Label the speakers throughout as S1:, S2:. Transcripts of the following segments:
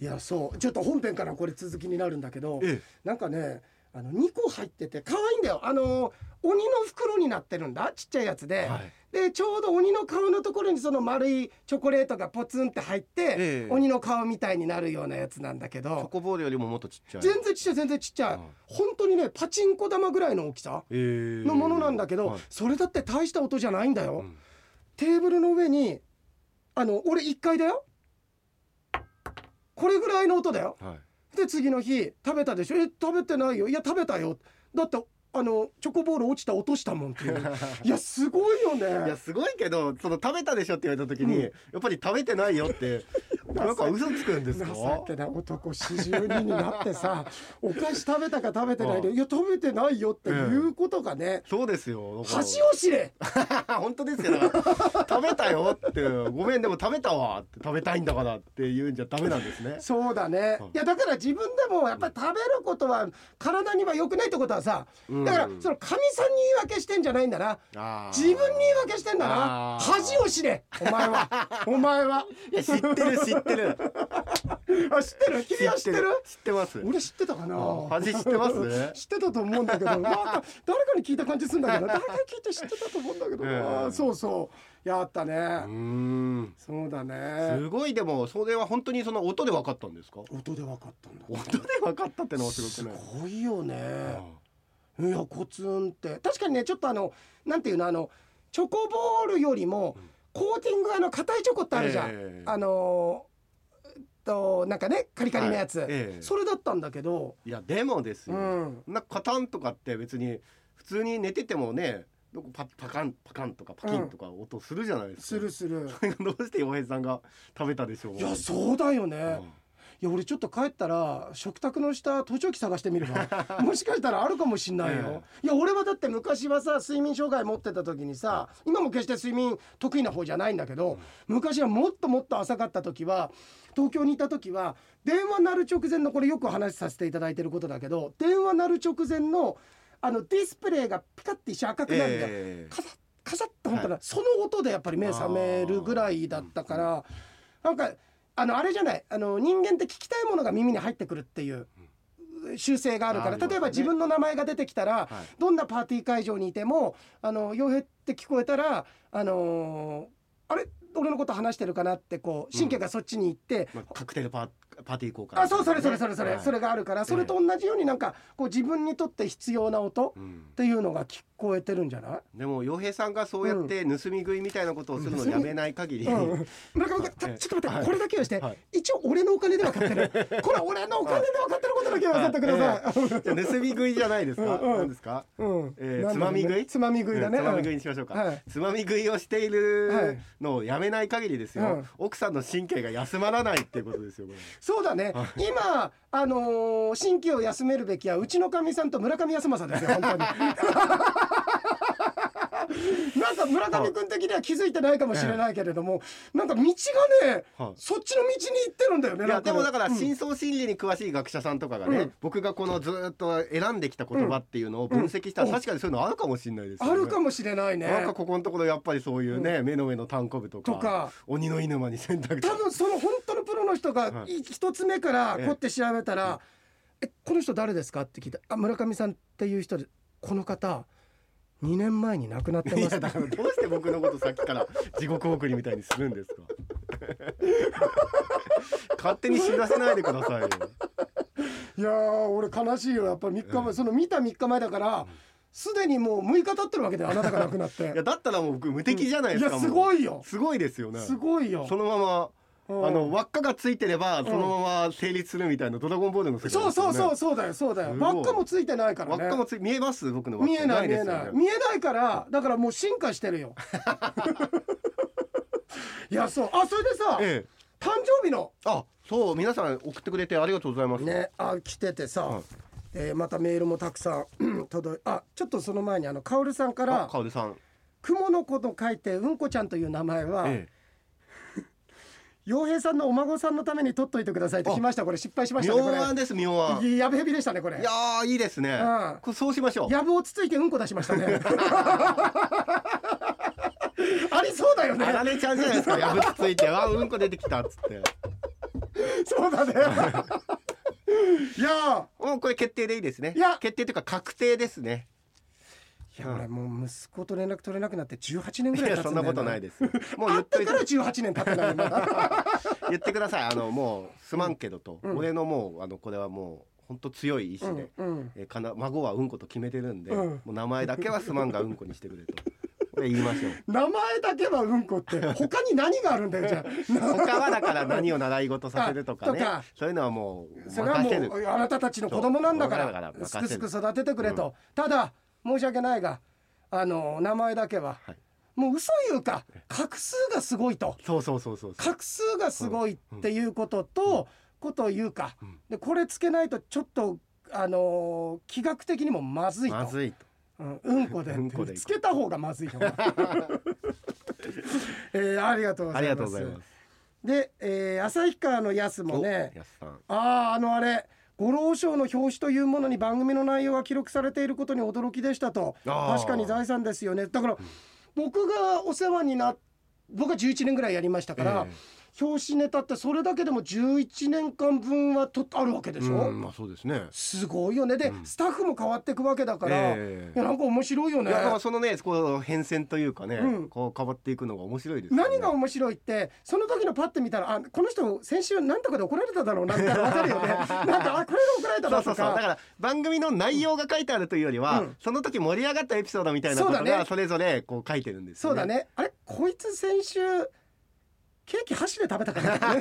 S1: いやそうちょっと本編からこれ続きになるんだけど、
S2: ええ
S1: なんかねあの2個入ってて可愛いんだよあの鬼の袋になってるんだちっちゃいやつで、
S2: はい
S1: でちょうど鬼の顔のところにその丸いチョコレートがポツンって入って、
S2: ええ
S1: 鬼の顔みたいになるようなやつなんだけ
S2: チョ
S1: ど
S2: コボールよりももっとちっちゃい
S1: 全然ちっちゃい全然ちっちゃい、
S2: うん
S1: 本当にねパチンコ玉ぐらいの大きさ
S2: えー
S1: のものなんだけど、
S2: はい
S1: それだって大した音じゃないんだよ、
S2: うん
S1: テーブルの上にあの俺1階だよこれぐらいの音だよ
S2: はい
S1: で次の日食べたでしょえ食べてないよいや食べたよだってあのチョコボール落ちた落としたもんっていう いやすごいよ
S2: い
S1: ね
S2: やすごいけどその食べたでしょって言われた時に、
S1: うん
S2: やっぱり食べてないよって なんか嘘つくんですか
S1: 情けない男42になって さお菓子食べたか食べてないで「いや食べてないよ」っていうことがね
S2: そうですよだから
S1: 恥を知れ
S2: 本当ですよだから食べたよってごめんでも食べたわって食べたいんだからって言うんじゃダメなんですね
S1: そうだね
S2: うん
S1: いやだから自分でもやっぱり食べることは体には良くないってことはさ
S2: うん
S1: だからそのかみさんに言い訳してんじゃないんだな
S2: あー
S1: 自分に言い訳してんだな
S2: あー
S1: 恥を知れお前 はお前はい
S2: や知ってる知ってる
S1: あ知ってる 君は知ってる
S2: 知ってます
S1: 俺知ってたかな
S2: 恥知ってます
S1: 知ってたと思うんだ けどなんか誰かに聞いた感じするんだけど誰かに聞いて知ってたと思うんだけどな、
S2: ええ
S1: そうそうやったね、
S2: うーん
S1: そうだね
S2: すごいでもそれは本当にその音で分かったんですか
S1: 音で分かったんだ
S2: 音で分かったってのはす
S1: す
S2: ごくない
S1: ごいよね、いやコツンって確かにねちょっとあのなんていうのあのチョコボールよりもコーティングあの硬いチョコってあるじゃん、
S2: ええ
S1: あのえっとなんかねカリカリのやつ、
S2: はいええ
S1: それだったんだけど
S2: いやでもです
S1: う
S2: よ、
S1: ん
S2: なんかカタンとかって別に普通に寝ててもねどこパパカンパカンとかパキンとか音するじゃないですか、
S1: するする
S2: それがどうして洋平さんが食べたでしょう
S1: いやそうだよね、
S2: うん
S1: いや俺ちょっと帰ったら食卓の下盗聴器探してみれ ばもしかしたらあるかもしんないよ、い
S2: え
S1: や俺はだって昔はさ睡眠障害持ってた時にさ今も決して睡眠得意な方じゃないんだけど、昔はもっともっと浅かった時は東京にいた時は電話鳴る直前のこれよく話させていただいてることだけど電話鳴る直前のあのディスプレイがピカッて一瞬赤くなるんだよ、
S2: ええ
S1: カサッカサッと本当な、
S2: は
S1: その音でやっぱり目覚めるぐらいだったから、なんかあのあれじゃないあの人間って聞きたいものが耳に入ってくるっていう。習性があるか
S2: あ
S1: ら
S2: りますね
S1: 例えば自分の名前が出てきたら、
S2: はい
S1: どんなパーティー会場にいても「あの傭兵」って聞こえたら「あのーあれ俺のこと話してるかな?」ってこう神経がそっちに行って、
S2: まあ、カクテルパーパーティー行こうかな
S1: あそうそれそれそれそれ、
S2: はい
S1: それがあるからそれと同じようになんかこう自分にとって必要な音
S2: う
S1: っ
S2: ん
S1: ていうのが聞こえてるんじゃない
S2: でも洋平さんがそうやって盗み食いみたいなことをするのをやめない限り、
S1: うん、村上君
S2: は
S1: た
S2: い
S1: ちょっと待って、
S2: はい
S1: これだけはして、
S2: はい
S1: 一応俺のお金では買ってる これ俺のお金では買ってることだけは分かってください、
S2: じゃあ 盗み食いじゃないですか、
S1: うんうん
S2: 何ですか
S1: うん
S2: えー
S1: なんだろうね
S2: つまみ食い
S1: つまみ食いだね、
S2: うんつまみ食いにしましょうか、
S1: はい
S2: つまみ食いをして
S1: は
S2: い
S1: い
S2: るのをやめない限りですよ、
S1: うん
S2: 奥さんの神経が休まらないっていうことですよこれ
S1: そうだね、今あのー神経を休めるべきはうちのかみさんと村上康政ですよ本当 になんか村上君的には気づいてないかもしれないけれども、なんか道がね、
S2: はい
S1: そっちの道に行ってるんだよね
S2: い
S1: な
S2: や
S1: んか
S2: で
S1: ね
S2: もだから
S1: うん
S2: 深層心理に詳しい学者さんとかがね、
S1: うん
S2: 僕がこのずーっと選んできた言葉っていうのを分析したら
S1: うん
S2: 確かにそういうのあるかもしれないですよね、
S1: あるかもしれないね
S2: なんかここのところやっぱりそういうね、目の上の単行部とか
S1: とか
S2: 鬼の犬間に選択肢
S1: 多分その本当のプロの人が
S2: はい
S1: い一つ目から
S2: え
S1: こ
S2: え
S1: うやって調べたら「えこの人誰ですか?」って聞いた「あ村上さんっていう人でこの方2年前に亡くなって
S2: い
S1: ます
S2: や」だからどうして僕のことさっきから地獄送りみたいにするんです か勝手に知らせないでくださいよ
S1: いやー俺悲しいよやっぱ3日前その見た3日前だからすでにもう6日経ってるわけ であなたが亡くなっ
S2: いや
S1: て
S2: だったらもう僕無敵じゃないですか、
S1: いやす
S2: もう
S1: ごいよ
S2: すごいですよね
S1: すごいよ
S2: そのまま
S1: うん
S2: あの輪っかがついてればそのまま成立するみたいなドラゴンボールの世界
S1: そうそうそう
S2: そ
S1: そうだよそうだよ
S2: すごい
S1: 輪っかもついてないか
S2: 輪
S1: ら
S2: っ
S1: ね
S2: かもつい見えます僕の輪っか
S1: 見えない見
S2: で
S1: え
S2: すよ
S1: ない
S2: ね
S1: 見えないからだからもう進化してる よいやそうあそれでさ、
S2: ええ
S1: 誕生日の
S2: あそう皆さん送ってくれてありがとうございます、
S1: ねあ来ててさ、
S2: はい
S1: えーまたメールもたくさん うん届いあちょっとその前にあのカオルさんか
S2: あ
S1: ら
S2: カオルさん、
S1: 「雲の子」と書いて「うんこちゃん」という名前は、
S2: え
S1: 洋平さんのお孫さんのために取っといてくださいって来ましたこれ失敗しま
S2: え、
S1: した
S2: 妙
S1: ねこれ
S2: 案です妙案
S1: いやべへびでしたねこれ
S2: いやーいいですね、
S1: うん
S2: これそうしましょう
S1: やぶをつついてうんこ出しました ね ありそうだよね
S2: あられちゃんじゃないですかやぶつついてわあうんこ出てきたっつって
S1: そう だねいや
S2: もうこれ決定でいいですね
S1: いや
S2: 決定というか確定ですね
S1: ーいや俺もう息子と連絡取れなくなって18年ぐ
S2: い
S1: らい経
S2: や
S1: つんだ
S2: そ
S1: よ
S2: んなことないで すよも
S1: 会
S2: う言っ
S1: っ
S2: と
S1: て
S2: い
S1: か
S2: て
S1: ら18年経ってない まだ
S2: 言ってくださいあのもうすまんけどと、
S1: うん
S2: 俺のもうあのこれはもう本当強い意志で、
S1: うんうん
S2: えーかな孫はうんこと決めてるんで、
S1: うん
S2: もう名前だけはすまんがうんこにしてくれとこれ言いましょう
S1: 名前だけはうんこって他に何があるんだよじゃあ
S2: 他はだから何を習い事させるとかね
S1: あとか
S2: そういうのはも う
S1: それは
S2: 任
S1: も
S2: せる
S1: うあなたたちの子供なんだか
S2: そうだからら任
S1: す
S2: せ
S1: く
S2: る
S1: すく育ててくれと、ただ申し訳ないがあの名前だけは、
S2: はい
S1: もう嘘言うか画数がすごいと
S2: そうそうそうそうそう
S1: 画数がすごいっていうことと、ことを言うか、
S2: ん
S1: でこれつけないとちょっとあのー、気学的にもまずいと、
S2: まずいと
S1: うん、うんこで
S2: うんこで
S1: つけた方がまずいと思 う、えー、ありがとうござ
S2: あ
S1: います
S2: りがとうございます
S1: で、えー、旭川のやすも
S2: お
S1: ね
S2: やすさん
S1: あああのあれ五郎賞の表紙というものに番組の内容が記録されていることに驚きでしたと
S2: あー
S1: 確かに財産ですよねだから、僕がお世話にな僕は11年ぐらいやりましたから、
S2: え
S1: 表紙ネタってそれだけでも11年間分はとあるわけで
S2: え
S1: しょ、
S2: うんまあそうですね
S1: すごいよねで、スタッフも変わっていくわけだから、
S2: ええ
S1: いやなんか面白いよ
S2: い
S1: ね
S2: やでもそのねこう変遷というかね、
S1: うん
S2: こう変わっていくのが面白いですよね
S1: 何が面白いってその時のパッて見たらあこの人先週何とかで怒られただろうなみたいな分かるよね なんかあこれで怒られた
S2: そ
S1: な
S2: うそう
S1: と
S2: そうだか
S1: から
S2: 番組の内容が書いてあるというよりは、
S1: うん
S2: その時盛り上がったエピソードみたいなこ
S1: そ
S2: と
S1: うだ
S2: が
S1: ね
S2: それぞれこう書いてるんです
S1: そ
S2: よ
S1: うだねあれこいつ先週ケーキ箸で食べたからね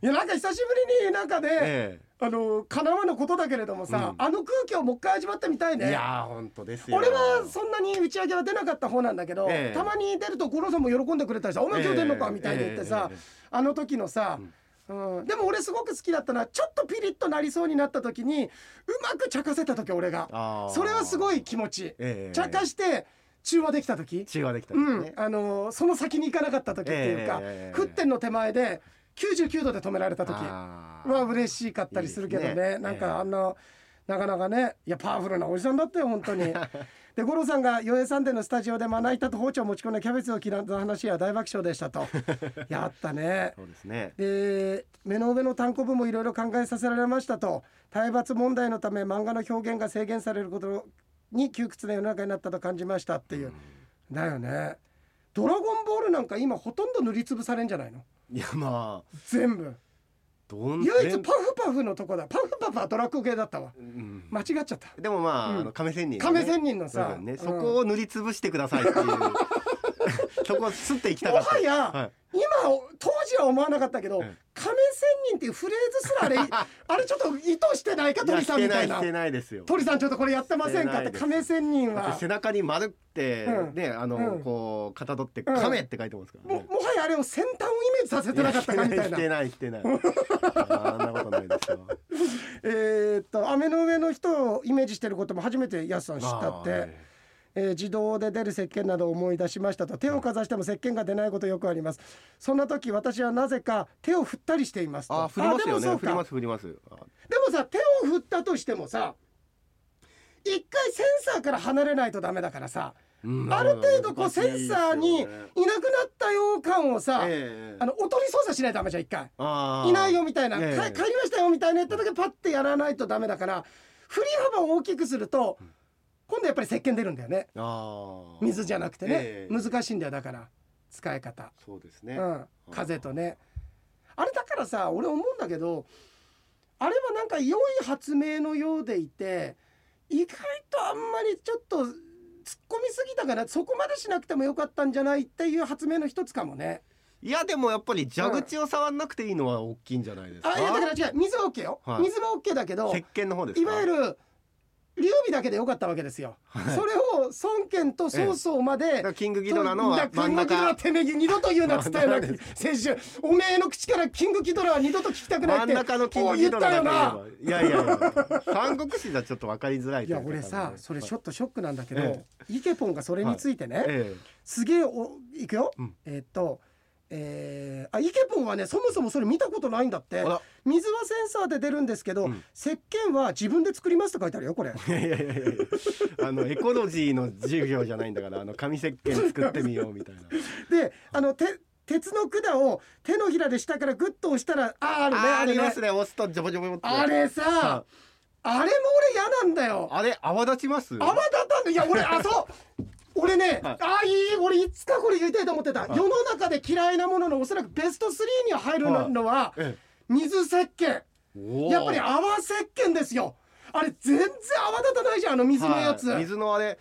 S1: いやなんか久しぶりになんかね、
S2: え
S1: あの叶わぬことだけれどもさ、
S2: う
S1: あの空気をもう一回味わってみたい
S2: え
S1: ね
S2: いやー本当ですよ
S1: 俺はそんなに打ち上げは出なかった方なんだけど、
S2: ええ
S1: たまに出ると五郎さんも喜んでくれたりさ「お前今日出んのか」
S2: ええ
S1: みたいに言ってさ、
S2: ええ
S1: あの時のさ、うん、でも俺すごく好きだったのはちょっとピリッとなりそうになった時にうまく茶化せた時俺が
S2: あー
S1: それはすごい気持ちいい、
S2: ええ
S1: 茶化して中和できた時、
S2: 中和できたんで
S1: う
S2: す
S1: ん
S2: ね、
S1: あのーその先に行かなかった時っていうか、
S2: ええ
S1: クッテンの手前で99度で止められた時
S2: あー
S1: は嬉しかったりするけどね
S2: いいですね
S1: なん
S2: ええ
S1: かあんな、なかなかねいやパワフルなおじさんだったよ本当 に。で五郎さんが「余栄三でのスタジオでまな板と包丁を持ち込んでキャベツを切らんだ話は大爆笑でした」 とやったね。
S2: そうですね
S1: で目の上の単行部もいろいろ考えさせられましたと体罰問題のため漫画の表現が制限されることに窮屈な世の中になったと感じましたっていう、だよね「ドラゴンボール」なんか今ほとんど塗りつぶされんじゃないの
S2: いやまあ
S1: 全部
S2: どん
S1: 唯一
S2: 全
S1: パフパフのとこだパフパフはドラクエ系だったわ
S2: うん
S1: 間違っちゃった
S2: でもまあ,、
S1: うん
S2: あの亀仙人のね、
S1: 亀仙人の
S2: そうだ
S1: さ、
S2: よね、
S1: うん
S2: そこを塗りつぶしてください っていうそこをすっていきた
S1: も
S2: かった
S1: はや、
S2: はい
S1: 今当時は思わなかったけど、
S2: ええ
S1: 亀仙人っていうフレーズすらあれ あれちょっと意図してないか
S2: いや
S1: 鳥さんみたい
S2: し
S1: な
S2: てないしてないですよ
S1: 鳥さんちょっとこれやってませんかって
S2: してないです
S1: 亀仙人
S2: だっ
S1: は
S2: て背中に丸って
S1: うん
S2: ね、あの、
S1: うん
S2: こうかたどって「
S1: うん
S2: 亀」って書いてますから
S1: も
S2: ね。
S1: もはやあれを先端をイメージさせてなかったかみた い
S2: し
S1: な
S2: てないしてないしてないあんなことないですよ
S1: えーっと雨の上の人をイメージしてることも初めてやすさん知ったって、
S2: まあはい
S1: えー自動で出る石鹸などを思い出しましたと手をかざしても石鹸が出ないことよくありますそんな時私はなぜか手を振ったりしていますと
S2: あ振りますよ
S1: あでもそ
S2: ね
S1: う
S2: 振り
S1: か
S2: ます振りますあ
S1: でもさ手を振ったとしてもさ一回センサーから離れないとダメだからさ
S2: うん
S1: ある程度こう
S2: 難しい
S1: セ
S2: です
S1: ン
S2: よ
S1: サーにいな
S2: ね
S1: くなったよう感をさ、
S2: ええ
S1: あのおとり操作しないとダメじゃん一回
S2: あー
S1: いないよみたいな、
S2: ええ
S1: か帰りましたよみたいなやった時はパッてやらないとダメだから振り幅を大きくすると今度やっぱり石鹸出るんだよね
S2: あー
S1: 水じゃなくてね、
S2: ええ
S1: 難しいんだよだから使い方。
S2: そうですね、
S1: うん、風とねあれだからさ俺思うんだけどあれはなんか良い発明のようでいて意外とあんまりちょっと突っ込みすぎたからそこまでしなくてもよかったんじゃないっていう発明の一つかもね。
S2: いやでもやっぱり蛇口を触んなくていいのは大きいんじゃないですか
S1: あいやだから違う水は OK よ、
S2: はい
S1: 水は OK だけど
S2: 石鹸の方ですか
S1: いわゆる劉備だけでよかったわけですよ。それを孫権と曹操まで、
S2: だからキングギドラの
S1: だから
S2: 真
S1: キ
S2: ん
S1: ングギドラ
S2: 中
S1: てめえ二度と言うなっつったよ
S2: 真ん
S1: な
S2: 中
S1: 先週おめえの口からキングギドラは二度と聞きたくない
S2: 真
S1: っ
S2: ん
S1: て
S2: 中のキングギドラ
S1: おう言ったよ
S2: だ
S1: な
S2: と言えばいやいやいや三国志じゃちょっと分かりづらい
S1: いや俺さそれちょ
S2: っ
S1: っとショックなんだけど、
S2: え
S1: イケポンがそれについてね、
S2: え
S1: すげえおいくよ、
S2: うん
S1: えーっとえーあイケポンはねそもそもそれ見たことないんだって
S2: あら
S1: 水はセンサーで出るんですけど、
S2: うん
S1: 石鹸は自分で作りますって書いてあるよこれ
S2: えいやいやいやいやあのエコロジーの授業じゃないんだからあの紙石鹸作ってみようみたいな
S1: であの手鉄の管を手のひらで下からグッと押したらあーあるね
S2: ああります
S1: ね
S2: ね押すとジョボジョボジョボって
S1: あれさ
S2: は
S1: あれも俺嫌なんだよ
S2: あれ泡立ちます
S1: 泡立たんのいや俺あそう俺ね、
S2: はい
S1: ああいい俺いつかこれ言いたいと思ってた、世の中で嫌いなもののおそらくベスト3に入るのは、
S2: え
S1: 水石鹸
S2: えおー
S1: やっぱり泡石鹸ですよあれ全然泡立たないじゃんあの水のやつ、
S2: はい水のあれ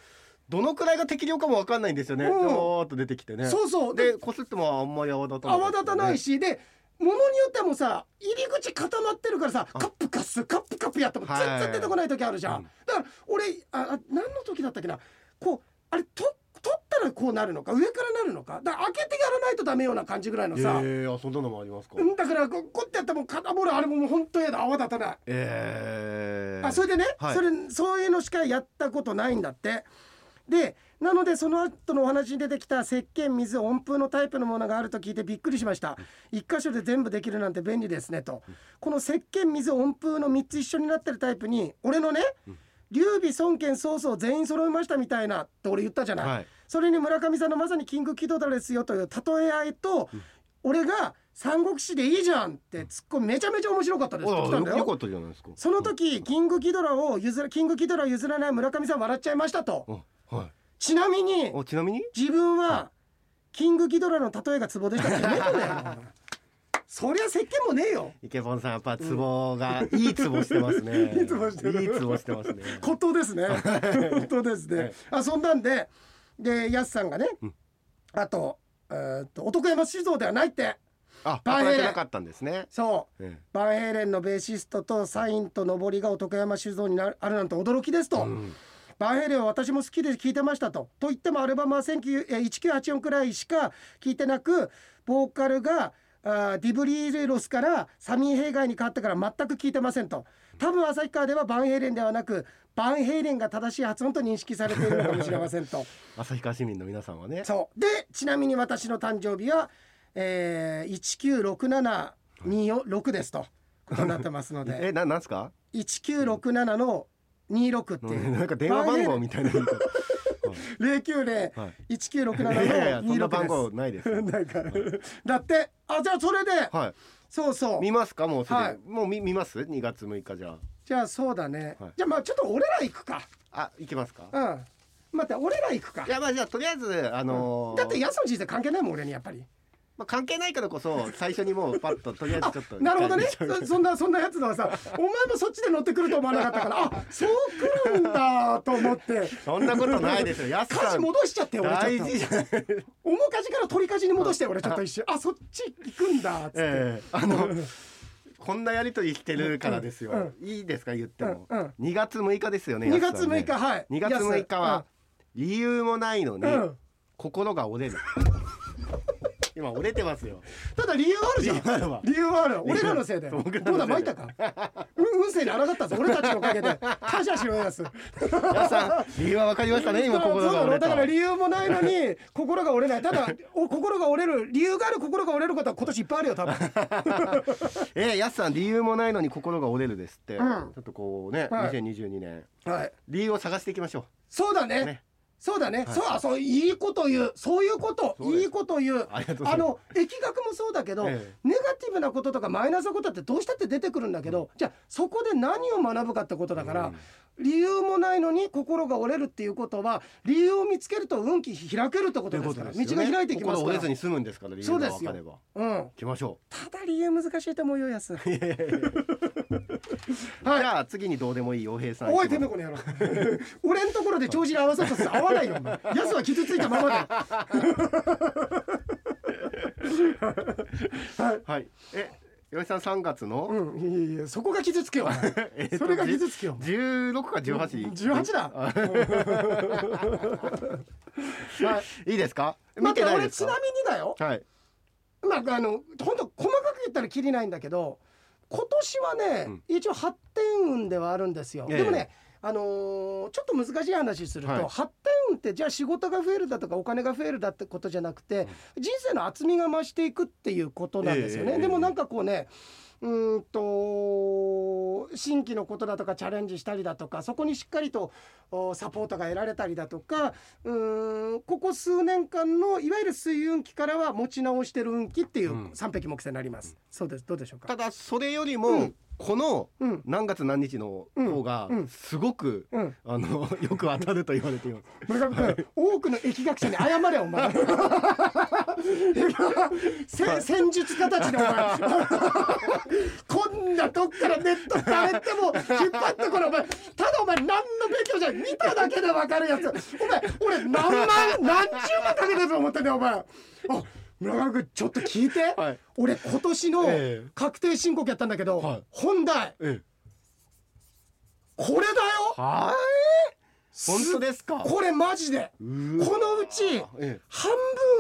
S2: どのくらいが適量かもわかんないんですよね
S1: うん
S2: ドローっと出てきてね
S1: そうそうで
S2: でこすってもあんまり泡立たない
S1: 泡立たないしで物によってはもうさ入り口固まってるからさ
S2: あ
S1: カップカスカップカップやっても
S2: はい
S1: 全然出てこない時あるじゃん、
S2: うん
S1: だから俺ああ何の時だったっけなこうあれと取ったらこうなるのか上からなるのかだから開けてやらないとダメような感じぐらいのさ、
S2: ええあそんなのもありますか
S1: うんだからこうこうってやったらもう片ボールあれももう本当やだ泡立たない
S2: ええ
S1: あそれでね、
S2: はい
S1: それそういうのしかやったことないんだってでなのでその後のお話に出てきた石鹸水温風のタイプのものがあると聞いてびっくりしました一箇所で全部できるなんて便利ですねとこの石鹸水温風の3つ一緒になってるタイプに俺のね劉備孫権曹操全員揃いましたみたいなって俺言ったじゃない、
S2: はい
S1: それに村上さんのまさにキングキドラですよという例え合いと、俺が三国志でいいじゃんってツッコミめちゃめちゃ面白かったですって来たんだよ
S2: よよかったじゃないですか
S1: その時キングギドラを譲らキングギドラを譲らない村上さん笑っちゃいましたと
S2: うんはい
S1: ちなみに
S2: おちなみに
S1: 自分はキングギドラの例えがツボでしたってやめろよ そりゃ石鹸もねえよ
S2: 池本さんやっぱツボがいいツボしてますね
S1: いいツボしてる
S2: いいツボしてますね
S1: 骨董ですね骨董です
S2: は
S1: ね
S2: い
S1: あそんなんででやすさんがね、
S2: うん
S1: あと,、えーっと男山酒造ではないって
S2: あ
S1: バイエル
S2: 働いてなかったんですね
S1: そう
S2: え
S1: バンヘイレンのベーシストとサインと上りが男山酒造になるあるなんて驚きですと、
S2: ん
S1: バンヘイレンは私も好きで聴いてましたとと言ってもアルバムは19え1984くらいしか聴いてなくボーカルがあーディブリーロスからサミー・ヘイガイに変わってから全く聴いてませんと多分旭川ではバンヘイレンではなくバンヘイレンが正しい発音と認識されているのかもしれませんと。
S2: 旭川市民の皆さんはね
S1: そうでちなみに私の誕生日は、えー、1967246ですとことになってますので
S2: えななんですか
S1: 1967の26っていう
S2: なんか電話番号みたいな言い方はい
S1: 0901967
S2: はいいやいや
S1: の
S2: そんな番号
S1: 26
S2: ないです
S1: ですなんか だってあじゃあそれで
S2: はい
S1: そうそう
S2: 見ますかもうすでに、
S1: はい
S2: もう見見ます2月6日じゃ
S1: じゃあそうだね
S2: はい
S1: じゃあまあちょっと俺ら行くか
S2: ああ行きますか
S1: うん待って俺ら行くか
S2: いやまあじゃあとりあえずあのー
S1: だって安の人生関係ないもん俺にやっぱり
S2: まあ、関係ないからこそ最初にもうパッととりあえずちょっと
S1: なるほどね
S2: 一回見ちゃう
S1: そそんなそんなやつのはさお前もそっちで乗ってくると思わなかったからあそう来るんだと思って
S2: そんなことな いですよやす
S1: 家
S2: さ
S1: 事
S2: ん
S1: 戻しちゃって俺
S2: 大
S1: ちょっと
S2: 事じゃない
S1: 面舵から取り舵に戻して俺ちょっと一瞬あそっち行くんだっつって、
S2: ええ あのこんなやりとりしてるからですよ、
S1: うん
S2: いいですか言っても、
S1: うんうん
S2: 2月6日ですよね
S1: 2
S2: やす
S1: 月
S2: さんね
S1: 6日はい
S2: 2月6日は理由もないのに、
S1: 安うん
S2: 心が折れる 今折れてますよ
S1: ただ理由あるじゃん
S2: 理由あるわ
S1: 理由はある俺らのせいでど
S2: そう
S1: う
S2: 僕らのせいで
S1: だまいたかうん運勢に抗ったぞ俺たちのおかげで感謝しろやす
S2: 皆 さん理由は分かりましたね今心が
S1: そう
S2: 折
S1: だだ
S2: れた
S1: から理由もないのに心が折れないただお心が折れる理由がある心が折れることは今年いっぱいあるよ多分
S2: ええやすさん理由もないのに心が折れるですって、
S1: うん
S2: ちょっとこうね、
S1: はい
S2: 2022年
S1: はい
S2: 理由を探していきましょ
S1: そうだね。
S2: ね
S1: そうだね、
S2: はい
S1: そうあそういいこと言うそういうこと
S2: そうです
S1: いいこと言う
S2: ありがとうございます
S1: あの疫学もそうだけど、
S2: ええ
S1: ネガティブなこととかマイナスなことだってどうしたって出てくるんだけど、じゃあそこで何を学ぶかってことだから、理由もないのに心が折れるっていうことは理由を見つけると運気開けるってこ
S2: う
S1: とですから
S2: ということ
S1: 道が開いていきます
S2: 心
S1: か
S2: 折
S1: ら
S2: れずに済むんですから理由
S1: そう
S2: が
S1: です
S2: 分
S1: よ
S2: かれば行
S1: うん、
S2: きましょ
S1: ただ理由難しいと思うよやすは
S2: ういやいやいやじ
S1: い
S2: ゃあ次にどうでもいい洋平さん
S1: おいてめえ
S2: 行
S1: この野郎 俺んところで帳尻合わせたら合わないよお前やすは傷ついたままだよ
S2: きますはいえ洋平さん3月の、
S1: うん、いやいやそこが傷つけよ。
S2: えっと
S1: それが傷つけよ。
S2: 16か18
S1: 十八 だ。
S2: はいいいですか見
S1: 待っ
S2: て
S1: て、
S2: ない
S1: 俺
S2: です
S1: ち
S2: か
S1: なみにだよ。
S2: はい
S1: まあ、あの、本当細かく言ったらきりないんだけど。今年はね、
S2: うん
S1: 一応発展運ではあるんですよ。
S2: ええ
S1: でもね。あのーちょっと難しい話すると、
S2: はい
S1: 発展運ってじゃあ仕事が増えるだとかお金が増えるだってことじゃなくて、人生の厚みが増していくっていうことなんですよね、
S2: ええ
S1: でもなんかこうねうーんと新規のことだとかチャレンジしたりだとかそこにしっかりとおサポートが得られたりだとかうーんここ数年間のいわゆる水運期からは持ち直してる運期っていう
S2: うん
S1: 三匹目線になります。そうですどうでしょうか
S2: ただそれより
S1: う
S2: も
S1: ん
S2: この
S1: うん
S2: 何月何日の方が
S1: うんうん
S2: すごく
S1: うん、
S2: あの よく当たると言われています。
S1: 村上君、多くの疫学者に謝れお 前せ戦術家たちでお前 こんなとこからネット誰でも引っ張ってこれお前ただお前何の勉強じゃない見ただけで分かるやつお前俺何万何十万かけたと思ってんだよお前あ村上君ちょっと聞いて、
S2: はい
S1: 俺今年の確定申告やったんだけど、
S2: はい
S1: 本題
S2: え
S1: これだよ
S2: はーい。本当ですか。
S1: これマジで
S2: こ
S1: このうち
S2: ええ、
S1: 半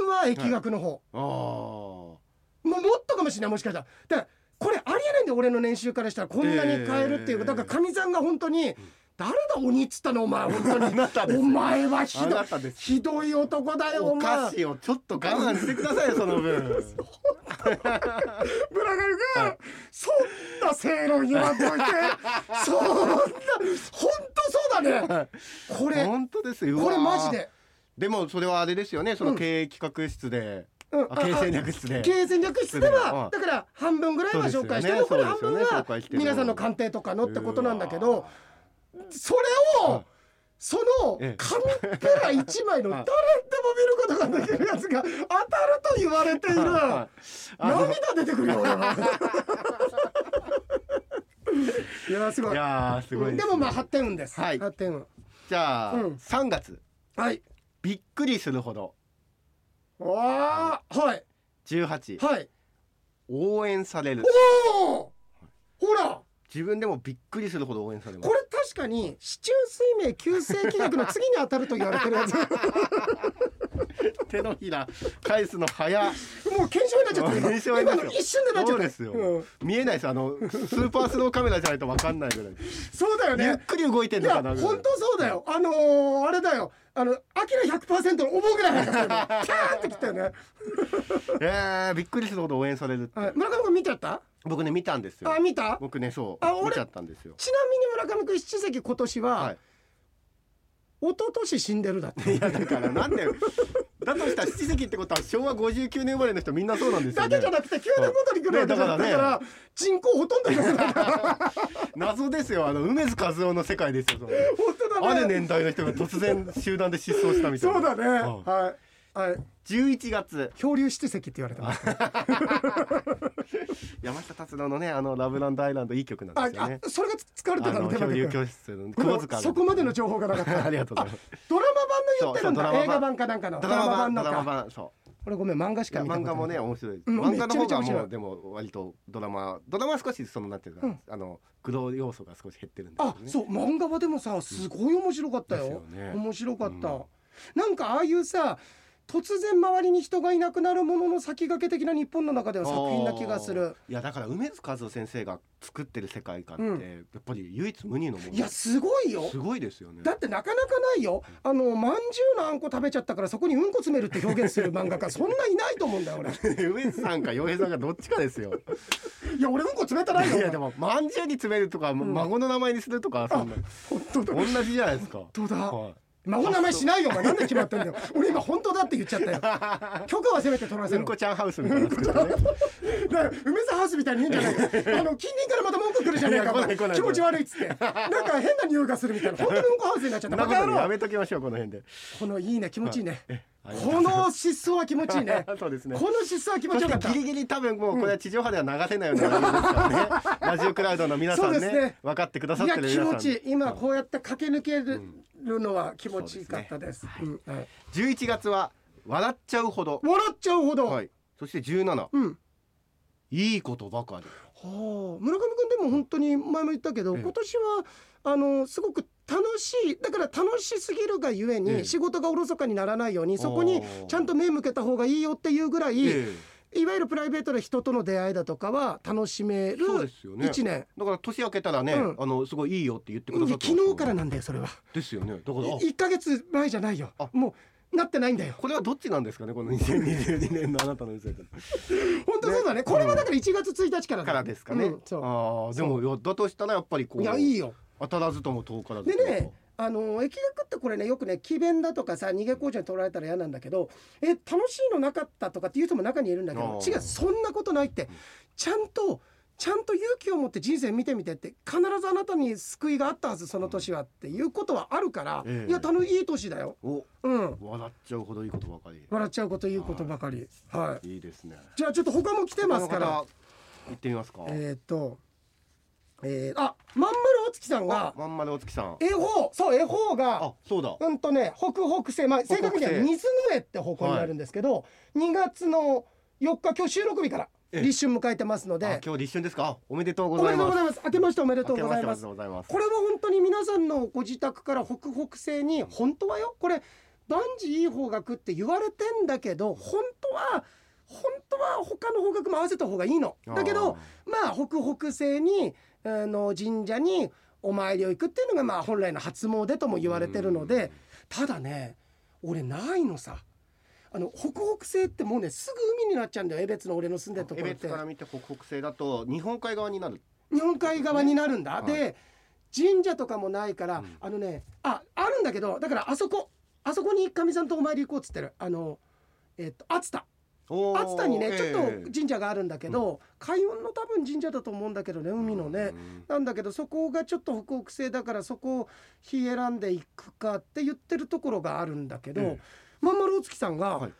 S1: 分は疫学の方、
S2: ああ。
S1: もうもっとかもしれないもしかしたらだからこれありえないんで俺の年収からしたらこんなに変えるっていう、
S2: えー
S1: だからかみさんが本当に誰だ鬼っつったのお前本当
S2: あ
S1: に
S2: なたです
S1: お
S2: ね。
S1: 前はひ
S2: あ
S1: どい
S2: なたです。
S1: ひどい男だよお
S2: お
S1: 前
S2: 菓子をちょっと我慢してくださいよその分。
S1: 村上君、そんな正論言わんとい てそんな本当そうだね
S2: はい
S1: これ
S2: 本当ですよ。うわー
S1: これマジ。で、
S2: でもそれはあれですよね。その経営企画室で、
S1: うん
S2: あ経営戦略室で。
S1: 経営戦略室では
S2: うん
S1: だから半分ぐらいは紹介して残
S2: そうですよね
S1: り半分
S2: そうですよ
S1: は
S2: ね紹介してる
S1: 皆さんの鑑定とかのってことなんだけどそれ
S2: う
S1: を
S2: ん
S1: その紙
S2: ええ
S1: ペラ1枚の 誰でも見ることができるやつが当たると言われている
S2: うわー。はいあの
S1: 涙出てくるよ俺 はいやすご
S2: い
S1: い
S2: やーすごいすね、
S1: でもまあ8点運です
S2: はい
S1: 8点運
S2: じゃあ、
S1: うん
S2: 3月
S1: はい
S2: びっくりするほど
S1: おーはい
S2: 18
S1: はい
S2: 応援される
S1: おおほら
S2: 自分でもびっくりするほど応援されま
S1: こ
S2: す
S1: れ確かに市中水明急性気学の次に当たると言われてるや つも
S2: 手のひら返すの早
S1: う検証になっちゃってる
S2: 検証
S1: 今
S2: に
S1: 今
S2: なっちゃう
S1: の一瞬でなっちゃ
S2: そ
S1: っ
S2: う
S1: た
S2: ですよ、
S1: うん
S2: 見えないですあのスーパースローカメラじゃないと分かんないぐらい
S1: そうだよ
S2: ゆっ
S1: ね
S2: くり動いてん
S1: い
S2: の
S1: や
S2: かな
S1: 本
S2: ぐ
S1: 当
S2: らい
S1: そうだよあのー、あれだよあのアキラ100%の思うぐらいなんかキャーってきたよね、
S2: えー、びっくりするほど応援されるって、
S1: はい、村上君見ちゃった
S2: 僕ね見たんですよ
S1: あ見た
S2: 僕ねそう
S1: あ俺
S2: 見ちゃったんですよ
S1: ちなみに村上君七席今年は、
S2: はい
S1: 一昨年死んでるだって
S2: いやだからなんでだとしたら七席ってことは昭和59年生まれの人みんなそうなんですよ
S1: だ
S2: ね
S1: けじゃなくて9年ごとに来るわけじゃなくて
S2: ね
S1: だか
S2: だからら
S1: 人口ほとんどいなく なった
S2: 謎ですよあの梅津和夫の世界ですよそれ
S1: 本当
S2: あ
S1: だね
S2: る年代の人が突然集団で失踪したみたい
S1: そ
S2: な
S1: うだね、
S2: うん
S1: はいはい
S2: 11月
S1: 漂流七石って言われてます。
S2: 山下達郎のねあのラブランドアイランドいい曲なん
S1: あ
S2: ですよね、
S1: あそれが使われて
S2: あ
S1: たの
S2: の
S1: 手
S2: 恐
S1: 間
S2: 竜
S1: 君
S2: 教室の窪塚
S1: そこまでの
S2: 情
S1: 情報がなかった。
S2: ありがとうございます
S1: ドラマ版の言ってるん
S2: そうそうドラ
S1: だ。
S2: マ版
S1: 映画版かなんかの。
S2: ドラマ版
S1: ド
S2: ド
S1: ラ
S2: ラマ
S1: マか。
S2: 版そう
S1: 俺ごめん漫画し
S2: いや
S1: か見たことない。
S2: 漫画もね面白い、
S1: うん
S2: 漫画の方が
S1: めちゃめちゃ面白
S2: も
S1: いう
S2: でも割とドラマドラマは少しそのなんていうか、
S1: うん
S2: あの苦労要素が少し減ってるんですよ
S1: あ
S2: ね、
S1: そう漫画はでもさすごい面白かったよ。
S2: ですよね
S1: 面白かった、
S2: うん
S1: なんかああいうさ突然周りに人がいなくなるものの先駆け的な日本の中では作品な気がする。
S2: いやだから梅津和夫先生が作ってる世界観って、
S1: うん
S2: やっぱり唯一無二のもの
S1: いやすごいよ
S2: す。ごいですよね
S1: だってなかなかないよあのまんじゅうのあんこ食べちゃったからそこにうんこ詰めるって表現する漫画家そんないないと思うんだよ俺
S2: 上津さんか洋平さんかどっちかですよ
S1: いや俺うんこ詰めたないよ
S2: いやでもまんじゅうに詰めるとか、孫の名前にするとかそんな
S1: 本当だ
S2: 同じじゃないですか
S1: 本当だ
S2: はい
S1: 孫の名前しないよお前なんで決まってんだよ俺今本当だって言っちゃったよ 許可はせめて取らせ
S2: う
S1: ろ
S2: んこちゃんハウスみたいなの作ってね
S1: だから梅沢ハウスみたいに言うんじゃ ないよあの近隣からまた文句来るじゃねえか
S2: いや来ない来ない
S1: 気持ち悪いっ つってなんか変な匂いがするみたいな本当にうんこハウスになっちゃった
S2: そんな
S1: バ
S2: こと
S1: カ野
S2: でや
S1: 郎
S2: めときましょうこの辺で
S1: このいいね気持ちいいね
S2: はい
S1: この失踪は気持ちいいね
S2: そうですね
S1: この失踪は気持
S2: そ
S1: ちよ
S2: し
S1: か
S2: て
S1: った
S2: ギリギリ多分もうこれは地上波では流せないような内容です からねラジオクラウドの皆さん
S1: そう
S2: ね
S1: ですね
S2: 分かってくださっ
S1: い
S2: て
S1: や
S2: る
S1: 気
S2: 皆さん
S1: 持ちいい今
S2: はい
S1: こうやって駆け抜けるのは気持ちいいかったですうんはい
S2: 11月は笑っちゃうほど
S1: 笑っちゃうほ
S2: は
S1: ど
S2: いそして17
S1: うん
S2: いいことばかり
S1: はあ、村上君でも本当に前も言ったけど、
S2: ええ
S1: 今年はあのすごく楽しいだから楽しすぎるがゆえに、
S2: ええ
S1: 仕事がおろそかにならないようにそこに
S2: あー
S1: ちゃんと目向けた方がいいよっていうぐらい、
S2: え
S1: いわゆるプライベートで人との出会いだとかは楽しめ
S2: えそう
S1: る
S2: ですよね
S1: 1年。
S2: だから年明けたらね、
S1: うん
S2: あのすごいいいよって言ってく
S1: う
S2: だ
S1: ん
S2: さってます
S1: 昨日からなんだよそれは
S2: ですよねだからあ
S1: 1か月前じゃないよ
S2: あ
S1: もなってないんだよ
S2: これはどっちなんですかねこの2022年のあなたの嘘やけど
S1: 本当そうだねこれはだから1月1日からだ
S2: からですかね、
S1: うんそう
S2: ああでもよだとしたらやっぱりこう
S1: いやいいよ
S2: 当たらずとも遠からず
S1: で
S2: とも
S1: ねあの疫学ってこれねよくね詭弁だとかさ逃げ工場に取られたら嫌なんだけどえ楽しいのなかったとかっていう人も中にいるんだけど
S2: あー
S1: 違うそんなことないってちゃんとちゃんと勇気を持って人生見てみてって必ずあなたに救いがあったはずその年はっていうことはあるから、
S2: ええ
S1: いや楽いい年だよ
S2: お
S1: うん
S2: 笑っちゃうほどいいことばかり
S1: 笑っちゃうこといいことばかりはい、
S2: いいですね
S1: じゃあちょっと他も来てますから
S2: 他の方行ってみますか、
S1: えーっとえー、あまんまるおつきさんが
S2: まんまるお月さん
S1: 絵法そう絵法が
S2: あそうだ
S1: うんとね北北西まあ正確には
S2: 北北西
S1: 水の絵って方向になるんですけど、2月の4日今日収録日から
S2: ええ
S1: 立春迎えてますの
S2: あ
S1: で
S2: 今日立春ですかおめでとうご
S1: おめで
S2: ざい
S1: とう
S2: ま
S1: ご
S2: す
S1: ざいます明けましておめでとうございます
S2: 明けましておめでとうございます
S1: これは本当に皆さんのご自宅から北北西に本当はよこれ男児いい方角って言われてんだけど本当は本当は他の方角も合わせた方がいいの。だけどまあ北北西にあの神社にお参りを行くっていうのがまあ本来の初詣とも言われてるのでただね俺ないのさ。あの北北西ってもうねすぐ海になっちゃうんだよ江別の俺の住んでるとこ
S2: 江
S1: ろって
S2: 別から見て北北西だと日本海側になる
S1: 日本海側になるんだ、
S2: そうですね
S1: で神社とかもないから、
S2: うん
S1: あのねああるんだけどだからあそこあそこにかみさんとお参り行こうっつってるあのえっと熱田
S2: おー
S1: 熱田にね、
S2: ええ
S1: ちょっと神社があるんだけど、海運の多分神社だと思うんだけどね海のね、
S2: うん
S1: なんだけどそこがちょっと北北西だからそこを日選んでいくかって言ってるところがあるんだけど、
S2: ええ
S1: まんまるお月さんが、
S2: はい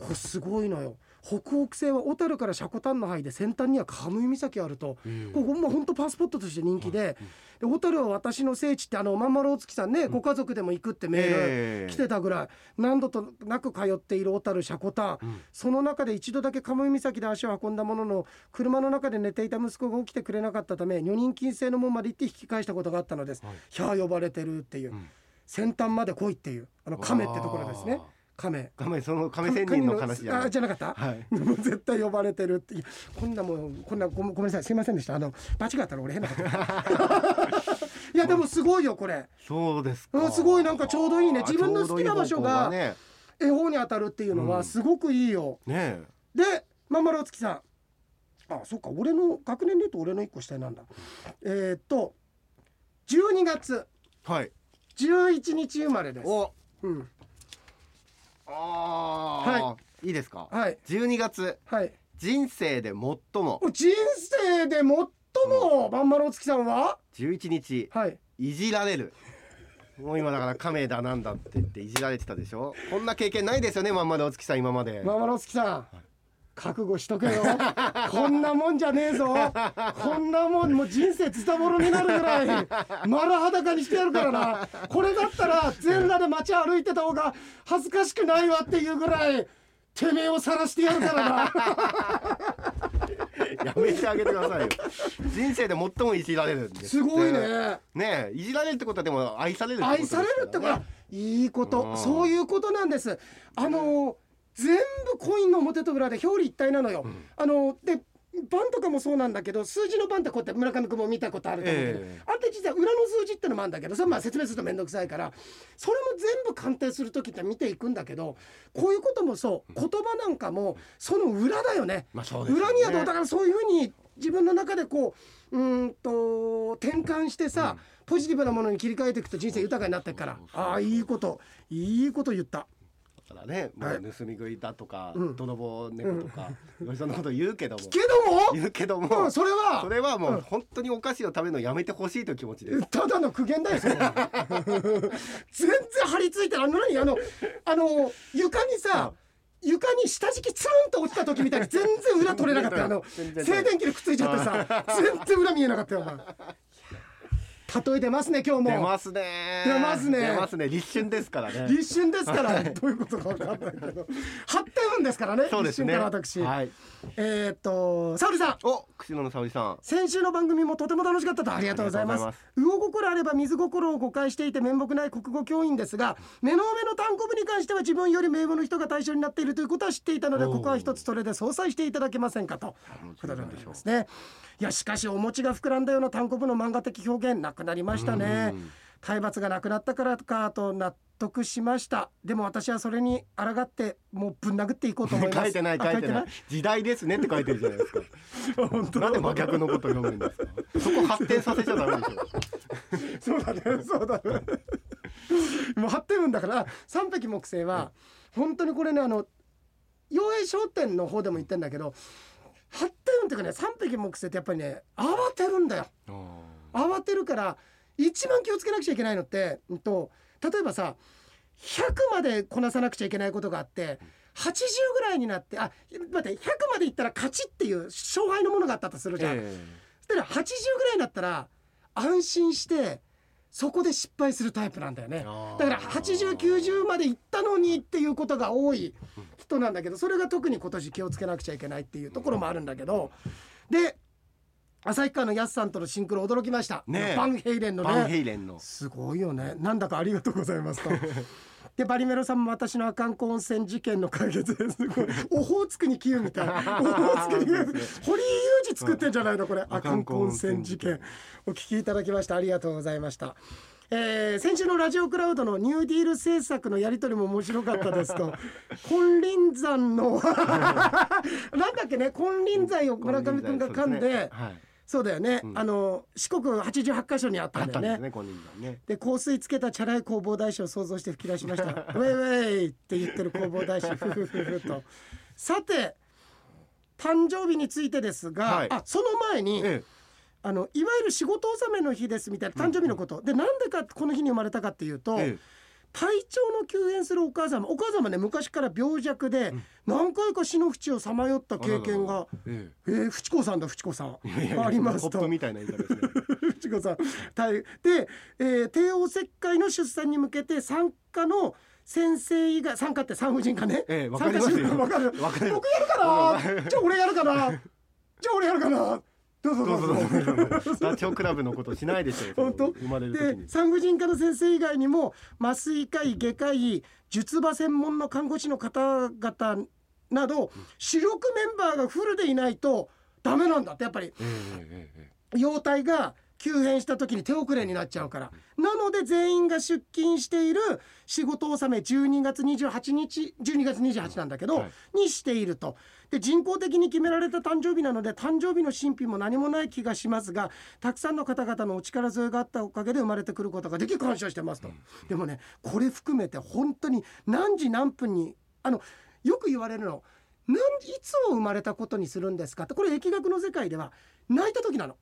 S1: これすごいのよ北北西は小樽からシャコタンの範囲で先端にはカムイ岬あると、
S2: うん
S1: ここまあ本当パスポットとして人気で,、で小樽は私の聖地ってあのまんまるお月さんね、ご家族でも行くってメール、
S2: ええ
S1: 来てたぐらい何度となく通っている小樽シャコタン、
S2: ん
S1: その中で一度だけカムイ岬で足を運んだものの車の中で寝ていた息子が起きてくれなかったため女人禁制の門まで行って引き返したことがあったのです、
S2: はい
S1: ひゃあ呼ばれてるっていう、
S2: ん
S1: 先端まで来いっていうあの亀ってところですね
S2: あー
S1: 亀
S2: 亀その亀仙人の話じゃな
S1: あ
S2: い
S1: じゃなかった、
S2: はい
S1: もう 絶対呼ばれてるっていやこんなもんこんなごめんごめんなさいすいませんでしたあのバチがあったら俺変な こと言 ったいやでもすごいよこれ
S2: そうです
S1: う
S2: か
S1: んすごいなんかちょうどいいね
S2: あー
S1: 自分の好きな場所が
S2: ちょうどいい方向ね
S1: 絵本に当たるっていうの
S2: う
S1: は
S2: ん
S1: すごくいいよ、
S2: ねえ
S1: でまんまるお月さんあそっか俺の学年で言うと俺の一個下なんだえーっと12月
S2: はい
S1: 11日生まれです、
S2: お
S1: うん、
S2: あー、
S1: はい
S2: いですか
S1: はい
S2: 12月
S1: はい
S2: 人生で最も
S1: お人生で最もまんまるお月さんは
S2: 11日
S1: はい
S2: いじられるもう今だから亀だなんだって言っていじられてたでしょこんな経験ないですよねまんまでお月さん今まで
S1: まんまるお月さん覚悟しとけよ こんなもんじゃねえぞこんなもんもう人生ズタボロになるぐらい丸裸にしてやるからなこれだったら全裸で街歩いてた方が恥ずかしくないわっていうぐらいてめえを晒してやるからな
S2: やめてあげてくださいよ人生で最もいじられるんですって
S1: すごいね
S2: ねえいじられるってことはでも愛されるってこと
S1: 愛
S2: です
S1: さ
S2: から
S1: れ
S2: ね
S1: るってこれいいこと、
S2: うん
S1: そういうことなんですあの全部コインの表と裏で表裏一体なのよ、あので番とかもそうなんだけど数字の番ってこうやって村上君も見たことあると思うけど、
S2: ええ
S1: あれって実は裏の数字ってのもあるんだけどそれまあ説明すると面倒くさいからそれも全部鑑定する時って見ていくんだけどこういうこともそう言葉なんかもその裏だよね。
S2: まあそうですよね
S1: 裏にはどうだからそういうふうに自分の中でこううーんと転換してさ、ポジティブなものに切り替えていくと人生豊かになっていくから
S2: そうそうそう
S1: ああいいこといいこと言った
S2: だからねも
S1: はいう
S2: 盗み食いだとか、
S1: うん
S2: 泥棒猫とか、いろいろなこと言うけども
S1: けど
S2: 言うけども、
S1: も、うん、それは
S2: それはもう本当にお菓子を食べるのやめてほしいという気持ちです。
S1: ただの苦言だよそれ は全然張り付いてるあの何あのあの床にさ床に下敷きつるんと落ちた時みたいに全然裏取れなかったよあの
S2: 全然取れない
S1: 静電気でくっついちゃってさ全然裏見えなかったよお 前例え出ますね今日も
S2: 出ますね。
S1: 出ますね
S2: 出ますね。立春ですからね。
S1: 立春ですから どういうことか分かんないけど発展運ですからね
S2: そうですね。
S1: 立春から私、
S2: はい。
S1: えーっと沙織さん
S2: お、串野の沙織さん。
S1: 先週の番組もとても楽しかったとありがとうございます
S2: ありがと
S1: 魚心あれば水心を誤解していて面目ない国語教員ですが目の上の単行部に関しては自分より名簿の人が対象になっているということは知っていたので
S2: おー
S1: ここは一つそれで相殺していただけませんかとことでございますねいやしかしお餅が膨らんだような単行部の漫画的表現なくなりましたね体罰がなくなったからかと納得しましたでも私はそれに抗ってもうぶん殴っていこうと思います
S2: 書いてない書いてない時代ですねって書いてるじゃないですか
S1: 本当だ
S2: なんで真逆のこと読むんですかそこ発展させちゃダメでし
S1: そうだね、そうだね。もう張ってるんだから、三匹木星は、本当にこれね、あの。妖艶商店の方でも言ってんだけど。張ってるっていうかね、三匹木星ってやっぱりね、慌てるんだよ。
S2: ょ
S1: 慌てるから、一番気をつけなくちゃいけないのって、うんと、例えばさ。100までこなさなくちゃいけないことがあって80ぐらいになってあ待って100までいったら勝ちっていう勝敗のものがあったとするじゃん、
S2: え
S1: そしたら80ぐらいになったら安心してそこで失敗するタイプなんだよね
S2: あー
S1: だから8090までいったのにっていうことが多い人なんだけどそれが特に今年気をつけなくちゃいけないっていうところもあるんだけどで旭川のやすさんとのシンクロ驚きました、
S2: ねえ
S1: バンヘイレンの
S2: バン
S1: ね
S2: ヘイレンの
S1: すごいよねなんだかありがとうございますと でバリメロさんも私の阿寒湖温泉事件の解決ですごいオホーツクにキューみたいなオホーツクにキュー
S2: そうで
S1: 堀井雄二作ってんじゃないのこれ阿
S2: 阿
S1: 寒
S2: 寒
S1: 湖
S2: 湖
S1: 温
S2: 温
S1: 泉
S2: 泉
S1: 事
S2: 事
S1: 件
S2: 件
S1: お聞きいただきましたありがとうございました、えー先週のラジオクラウドのニューディール制作のやり取りも面白かったです と金輪山の なんだっけね金輪際を村上君が噛んでそ
S2: そ
S1: うう
S2: すね
S1: だ
S2: はい、
S1: よね、
S2: うん
S1: あの四国88箇所にあっ
S2: あ
S1: た
S2: っ
S1: んだ
S2: た
S1: よ
S2: ん
S1: ね
S2: ですねこの人がね
S1: で香水つけたチャラい弘法大師を想像して吹き出しま した「ウェイウェイ!」って言ってる弘法大師ふふふふとさて誕生日についてですが、
S2: はい
S1: あその前に、
S2: え
S1: あのいわゆる仕事納めの日ですみたいな誕生日のこと、でなんでかこの日に生まれたかっていうと、
S2: ええ
S1: 体調の急変するお母様お母様ね昔から病弱で、何回か死の淵をさまよった経験が。
S2: え
S1: えー、淵子さんだ淵子さん
S2: えいやいや
S1: あります
S2: ポ
S1: と
S2: ップみたいな言い方ですね
S1: 藤子さん大で、えー帝王切開の出産に向けて産科の先生以外産科って産婦人科ね、
S2: ええわか
S1: 産
S2: り
S1: 科
S2: ますよ
S1: わかる
S2: わかります
S1: 僕やるかなじゃあ俺やるかなじゃあ俺やるかなどうぞ
S2: ど
S1: ど
S2: う
S1: うぞ
S2: ぞどうぞどうぞダチョウ倶楽部のことしないでしょう
S1: 本当
S2: 生まれる時
S1: で
S2: に
S1: 産婦人科の先生以外にも麻酔科医外科医術場専門の看護師の方々など主力メンバーがフルでいないとダメなんだってやっぱり
S2: えええええ
S1: 容体が急変した時に手遅れになっちゃうからなので全員が出勤している仕事納め12月28日12月28なんだけど、
S2: はい
S1: にしているとで人工的に決められた誕生日なので誕生日の神秘も何もない気がしますがたくさんの方々のお力添えがあったおかげで生まれてくることができ感謝してますと、でもねこれ含めて本当に何時何分にあのよく言われるの何いつを生まれたことにするんですかってこれ疫学の世界では泣いた時なの。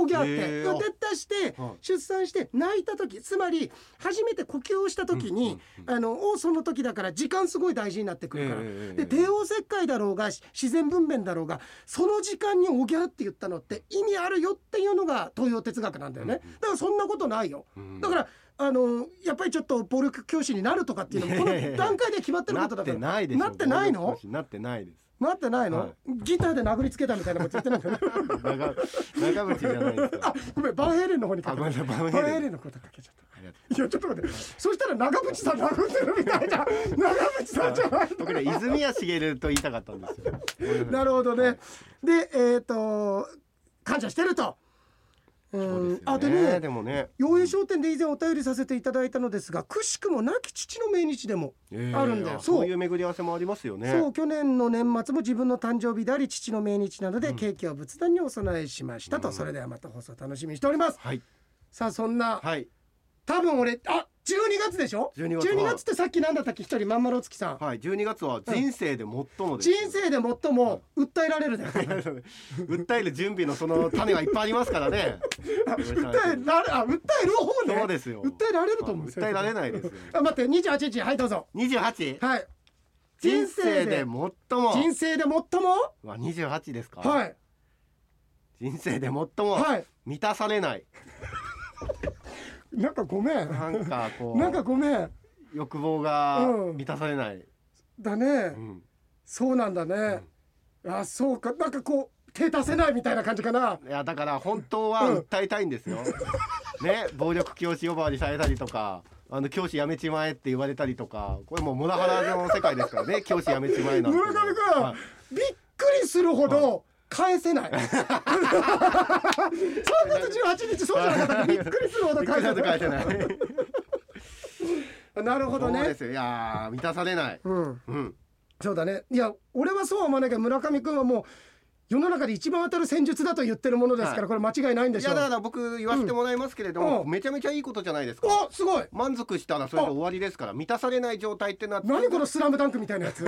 S1: おぎゃって、
S2: へ
S1: で
S2: ー
S1: 出して
S2: はい
S1: 出産して泣いた時つまり初めて呼吸をした時に、あのをその時だから時間すごい大事になってくるから、
S2: えええ
S1: で
S2: え
S1: 帝王切開だろうがし自然分娩だろうがその時間におぎゃって言ったのって意味あるよっていうのが東洋哲学なんだよね、だからそんなことないよ、
S2: うん
S1: だからあのやっぱりちょっと暴力教師になるとかっていうのもこの段階で決まってる
S2: な
S1: ことだ
S2: っ
S1: か
S2: て
S1: ら
S2: ないです
S1: なってないの
S2: なってないです
S1: なってないの、
S2: はい
S1: ギターで殴りつけたみたいなこと言ってないの
S2: 長長渕じゃないで す
S1: あ
S2: か
S1: ごめんバンヘイレンの方にか
S2: あ
S1: け
S2: ごめん
S1: た
S2: なさいバンヘ
S1: バンヘ
S2: イ
S1: イ
S2: レ
S1: レ
S2: ン
S1: ンの方にかけちゃった
S2: ありがと
S1: いやちょっと待ってそしたら長渕さん殴ってるみたいじゃん長渕さんじゃないう
S2: 僕ね泉谷茂と言いたかったんですよごめんさい
S1: なるほど
S2: は
S1: ね
S2: い。
S1: で、えっ、と、感謝してると。うん
S2: そうですよ
S1: あ、で
S2: ね
S1: ね
S2: で、もね
S1: 妖艶商店で以前お便りさせていただいたのですが、くしくも亡き父の命日でも。
S2: ええ
S1: あるんだよ
S2: そう
S1: そう
S2: いう巡り合わせもありますよね
S1: そう去年の年末も自分の誕生日であり父の命日なので、ケーキを仏壇にお供えしましたと、それではまた放送楽しみにしております
S2: はい
S1: さあそんな、
S2: はい
S1: 多分俺あ12月でしょ
S2: 12月
S1: ってさっきなんだったっけ一人まんまろつきさん、
S2: はい12月は人生で最もです
S1: 人生で最も訴えられるだよ
S2: 訴える準備のその種がいっぱいありますか らね
S1: 訴えられあ訴える方ね
S2: そうですよ
S1: 訴えられると思う
S2: はい訴えられないですよ
S1: あ待って28日はいどうぞ
S2: 二十八
S1: はい
S2: 人生で最
S1: 人
S2: も
S1: 人生で最も
S2: は二十八ですか
S1: はい
S2: 人生で最も
S1: はい
S2: 満たされない、
S1: なんかごめん
S2: なんかこう
S1: なんかごめん
S2: 欲望が
S1: うん
S2: 満たされない、
S1: だね
S2: うん
S1: そうなんだねあそうかなんかこう手出せないみたいな感じかない
S2: やだから本当は
S1: うん
S2: 訴えたいんです よ、ね暴力教師呼ばわりされたりとかあの教師辞めちまえって言われたりとかこれもう モラハラの世界ですからね教師辞めちまえなんて
S1: 村上君
S2: はい
S1: びっくりするほど返せない。3月18日そうじゃなかったっけびっくりするほど
S2: びっ
S1: 返
S2: くりす
S1: せ
S2: ると
S1: ない
S2: 書い。てない。
S1: なるほど
S2: そう
S1: ね
S2: で。すよ。いやー満たされない。
S1: うん。
S2: うん。
S1: そうだねいや俺はそうは思わないけど村上君はもう世の中で一番当たる戦術だと言ってるものですから、
S2: はい
S1: これ間違いないんで
S2: い
S1: しょ
S2: や
S1: う
S2: だから僕言わせてもらいますけれども、
S1: うん
S2: めちゃめちゃいいことじゃないですか。
S1: おすごい
S2: 満足したらそれで終わりですから満たされない状態ってなって
S1: 何この「スラムダンクみたいな やつ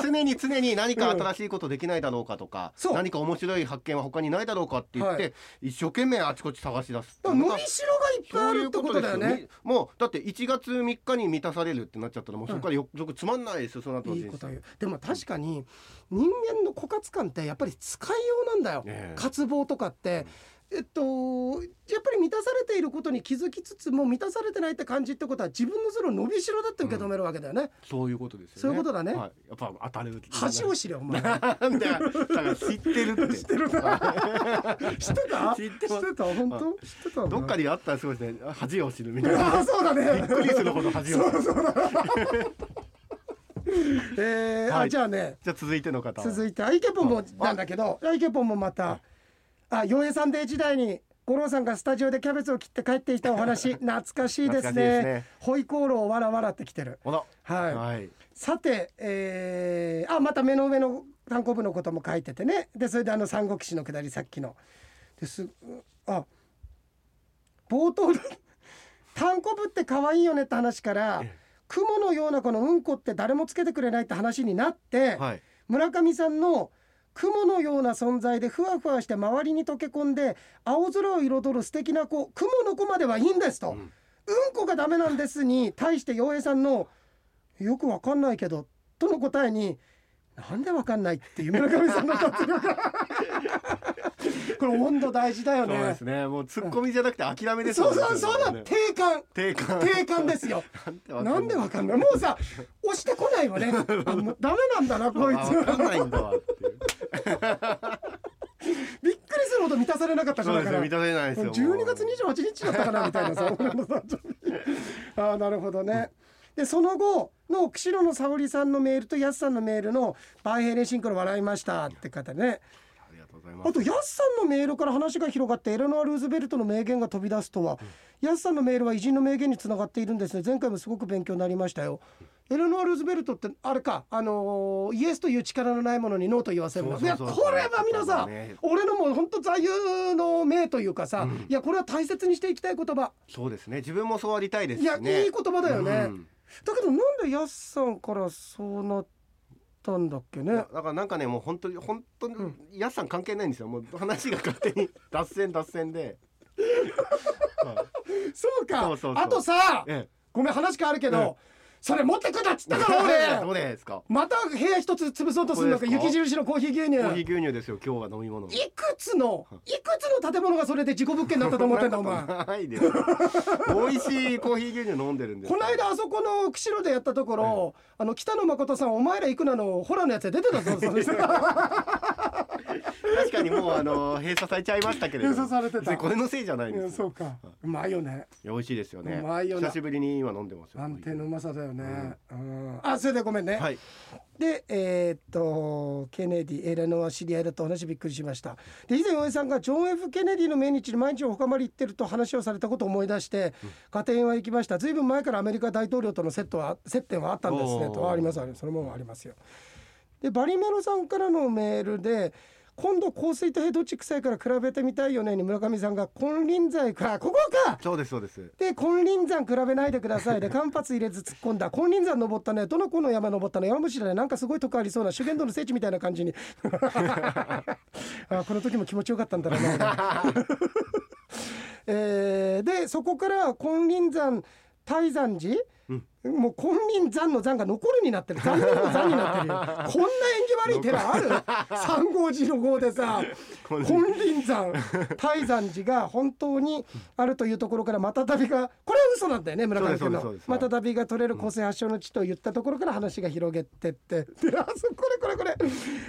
S2: 常に常に何か新しいことできないだろうかとか、
S1: そう
S2: 何か面白い発見は他にないだろうかって言って、
S1: は
S2: 一生懸命あちこち探し出す。
S1: 伸びしろがいっぱいあるってことだよ
S2: そういうことです
S1: ね
S2: よ。もうだって1月3日に満たされるってなっちゃったらもうそこからよ、くつまんないですよその後の
S1: いい
S2: 人
S1: こ
S2: 生
S1: と言うでも確かに人間の枯渇感ってやっぱり使いようなんだよ、
S2: ええ
S1: 渇望とかって。えっと、やっぱり満たされていることに気づきつつも満たされてないって感じってことは自分のその伸びしろだって受け止めるわけだよね、
S2: そういうことですよね。
S1: そういうことだね
S2: はい、やっぱ当たる。
S1: 恥を知れお前
S2: なんだよだから知ってるって。
S1: 知ってた
S2: 知ってます
S1: 知ってた本
S2: は
S1: 当知ってた
S2: どっか
S1: に
S2: にあったらすごいですね。恥を知るみたいな。
S1: ああ そうだ
S2: びっ
S1: ね
S2: くりするほど恥を知る。
S1: えー
S2: は
S1: あ
S2: い
S1: じゃあね
S2: じゃあ続いての方。
S1: 続いてアイケポンもなんだけどアイケポンもまたあ洋平さんデー時代に五郎さんがスタジオでキャベツを切って帰っていたお話 懐かしいです
S2: 懐かしいです
S1: ね
S2: ね
S1: ホイコーローをわらわらってきてる
S2: あら。
S1: はい、
S2: はい。
S1: さて、えーあまた目の上の単行部のことも書いててねでそれであの三国志のくだりさっきのですあ冒頭の単行部って可愛いよねって話から
S2: ええ
S1: 雲のようなこのうんこって誰もつけてくれないって話になって、
S2: はい。
S1: 村上さんの雲のような存在でふわふわして周りに溶け込んで青空を彩る素敵な子雲の子まではいいんですと、う
S2: うんん、
S1: こがダメなんですに対して洋平さんの「よくわかんないけど」との答えに「なんでわかんない」っていう村上さんの活力 これ温度大事だよ
S2: そうで
S1: ね
S2: す。ね。もう突っ込みじゃなくて諦めです
S1: そ
S2: よ
S1: う
S2: ね。
S1: そうそうだ、
S2: ね
S1: 定感
S2: 定感。
S1: 定感です よ。なんでわかんないもうさ押してこない よねあもうダメなんだなこい
S2: わかんない。あわ
S1: つ
S2: かんないんだわっていう。
S1: びっくりするほど満たされなかったか
S2: そう
S1: ら
S2: ですね。満たせないですよ。
S1: 12月28日だったかなみたいなさ俺の誕生 日ああなるほどね、でその後の釧路の沙織さんのメールとやすさんのメールの「バイヘイレンシンクロ笑いました」って方ね
S2: ありがとうございます
S1: あ。とやすさんのメールから話が広がってエレノア・ルーズベルトの名言が飛び出すとは、やすさんのメールは偉人の名言につながっているんですね前回もすごく勉強になりましたよ。エレノア・ルーズベルトってあれか、あのーイエスという力のないものにノーと言わせるのい
S2: そうそ
S1: や
S2: うそう
S1: これは皆さん、
S2: ね
S1: 俺のもう本当座右の銘というかさ、いやこれは大切にしていきたい言葉
S2: そうですね。自分もそうありたいです
S1: いや、
S2: しね。
S1: いい言葉だよね、
S2: うん
S1: だけどなんでやすさんからそうなったんだっけ
S2: い
S1: ね
S2: やだからなんかねもう本当に本当にやすさん関係ないんですよもう話が勝手 に脱線脱線で、はい
S1: そうか
S2: そうそうそう
S1: あとさ
S2: え
S1: ごめん話変わるけど、
S2: うん
S1: それ持ってくなっつったか
S2: え
S1: ら
S2: ど
S1: 俺
S2: うですか
S1: また部屋一つ潰そうとするのか
S2: これですか
S1: 雪印のコーヒー牛乳
S2: コーヒー牛乳ですよ今日は飲み物
S1: いくつのいくつの建物がそれで事故物件になったと思ってんだお 前
S2: そんなことないですよ美味しいコーヒー牛乳飲んでるんです
S1: こ
S2: よ
S1: の間あそこの釧路でやったところ、あの北野誠さんお前ら行くなのホラーのやつで出てたぞその人
S2: 確かにもうあの閉鎖されちゃいましたけれど
S1: 閉鎖されてた
S2: 別にこれのせいじゃないん
S1: いや
S2: で す
S1: そ
S2: よ
S1: うかうまいよね
S2: いや美味しいですよね
S1: うまいよな
S2: 久しぶりに今飲んでますよ
S1: 安定のうまさだよね、うんあそれでごめんね、
S2: はい
S1: でえーっとケネディエレノア知り合いだと話びっくりしましたで以前大江さんがジョン・ F ・ケネディの命日に毎日お墓参り行ってると話をされたことを思い出して、家庭は行きました随分前からアメリカ大統領とのセットは接点はあったんですね
S2: おー
S1: とあありますありますそのままありますよでバリメロさんからのメールで今度香水とヘドッチ臭いから比べてみたいよねに村上さんが金輪際かここか
S2: そうですそうです
S1: で金輪山比べないでくださいで間髪入れず突っ込んだ金輪山登ったねどの子の山登ったの山虫だねなんかすごいとこありそうな修験道の聖地みたいな感じにあこの時も気持ちよかったんだろうな俺 えーでそこから金輪山泰山寺、もう金輪山の山が残るになってる残念の山にな ってるよこんな縁起悪い寺ある三号寺の号でさ金輪山泰山寺が本当にあるというところからまた旅がこれは嘘なんだよね村上君
S2: そう
S1: の
S2: ですそうですそうです
S1: また旅が取れる個性発祥の地といったところから話が広げてってで あそこれこれこれ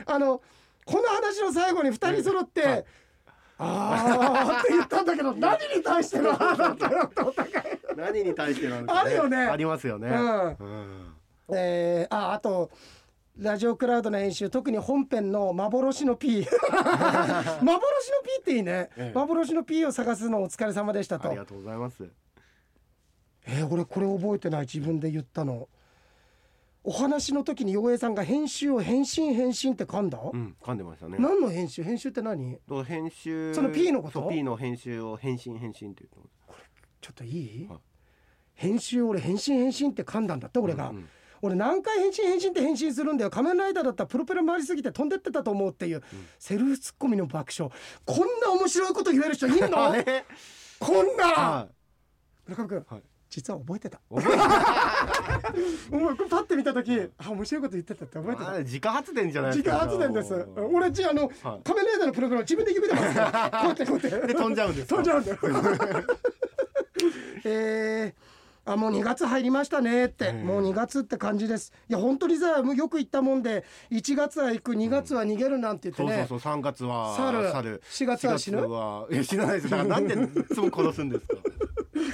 S1: あのこの話の最後に2人揃って「ああ」って言ったんだ けど何に対しての「あーだったよってお互い。
S2: 何に対してなんか、
S1: あるよね
S2: ありますよね
S1: うん
S2: うん
S1: えーああとラジオクラウドの編集特に本編の幻の P 幻の P っていいね、
S2: ええ
S1: 幻の P を探すのお疲れ様でした
S2: あ
S1: と
S2: りがとうございます
S1: えー俺これ覚えてない自分で言ったのお話の時に陽平さんが編集を返信返信って噛んだ、
S2: うん噛んでましたね
S1: 何の編集編集って何
S2: と編集
S1: その P のこと
S2: そう P の編集を返信返信って言って
S1: ちょっといい、
S2: はい
S1: 編集俺返信返信って噛んだんだって俺が、
S2: うんうん
S1: 俺何回返信返信って返信するんだよ仮面ライダーだったらプロペラ回りすぎて飛んでってたと思うっていう、セルフツッコミの爆笑こんな面白いこと言える人いんの
S2: え
S1: こんな
S2: は
S1: 村上君、
S2: はい
S1: 実は覚えてた
S2: い覚えてない
S1: お前これパッて見た時あ面白いこと言ってたって覚えてた
S2: あれ自家発電じゃない
S1: 自家発電です
S2: うん
S1: 俺じゃあの、
S2: はい
S1: 仮面ライダーのプログラム自分で指で回すからこうやってこうやって
S2: で飛んじゃうんですか
S1: 飛んじゃうんだよえーあもう2月入りましたねって、
S2: ん
S1: もう2月って感じですいや本当にさもうよく言ったもんで1月は行く2月は逃げるなんて言って
S2: そうそ
S1: ね
S2: う、そう三月は
S1: 猿四月は死ぬ
S2: 四月はいや死なないですだからなんでいつも殺すんですか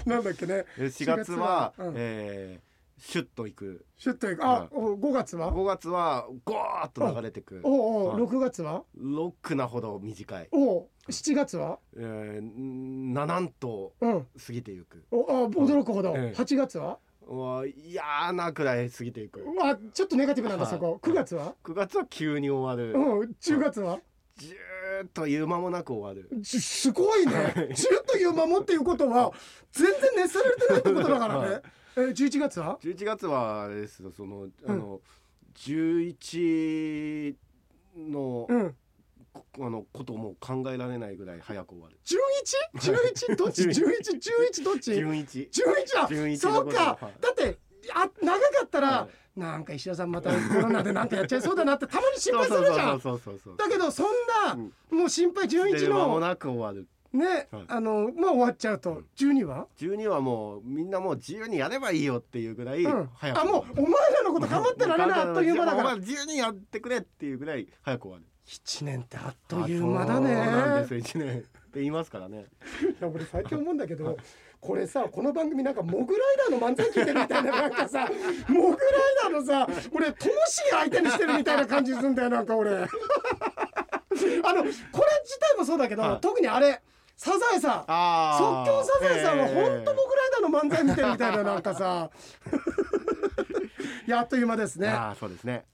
S1: なんだっけね
S2: え四月
S1: 四
S2: は
S1: 月はうん
S2: えーシュッといく
S1: シュッと行くあ、5月はおう
S2: 五月はゴーッと流れてく
S1: おう
S2: はい
S1: 6月は
S2: ロックなほど短い
S1: おう7月は
S2: えーんなんと
S1: うん
S2: 過ぎていく
S1: おあ驚くほど、
S2: ええ
S1: 8月は
S2: わ嫌なくらい過ぎていく
S1: うわちょっとネガティブなんだ
S2: はい
S1: そこ9月は
S2: 9月は急に終わる、
S1: うん10月は
S2: じゅーっと言う間もなく終わる
S1: じすごいね10という守っていうことは全然熱されてないってことだから
S2: は
S1: ね
S2: い
S1: え11月は
S2: 11月はあれですよそのあの、11の,、
S1: うん
S2: あのことも考えられないぐらい早く終わる
S1: 11?11 どっち ?11?11 どっち11
S2: 11
S1: だ
S2: 11
S1: そうか
S2: のことはい
S1: だってあ長かったら
S2: は
S1: なんか石田さんまたコロナでなんかやっちゃいそうだなってたまに心配するじゃん
S2: そうそうそうそう
S1: だけどそんな
S2: うん
S1: もう心配
S2: で
S1: 11
S2: 間も
S1: の
S2: なく終わる
S1: ね
S2: はい
S1: あのまあ終わっちゃうと12は
S2: 12はもうみんなもう自由にやればいいよっていうぐらい
S1: うん
S2: 早く
S1: あ
S2: 終わ
S1: も
S2: る、
S1: うお前らのこと頑張ってられないあっという間だか
S2: お
S1: ら
S2: 前自由にやってくれっていうぐらい早く終わる
S1: 1年ってあっという間だね
S2: あそうなんですよ一年って言いますからね
S1: いや俺最近思うんだけどこれさこの番組なんかモグライダーの漫才聞いてるみたいななんかさモグライダーのさ俺ともしげ相手にしてるみたいな感じすんだよなんか俺あのこれ自体もそうだけど、
S2: はい
S1: 特にあれサザエさん即
S2: あ
S1: 興サザエさんは本当モグライ
S2: 僕
S1: ダーの漫才見てるみたいななんかさ いやあっという間ですね
S2: ああそうですね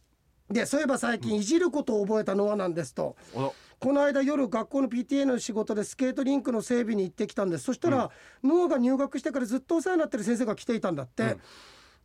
S1: でそういえば最近いじることを覚えたのはなんですと、
S2: おろ
S1: この間夜学校の PTA の仕事でスケートリンクの整備に行ってきたんですそしたら、ノアが入学してからずっとお世話になってる先生が来ていたんだって、
S2: うん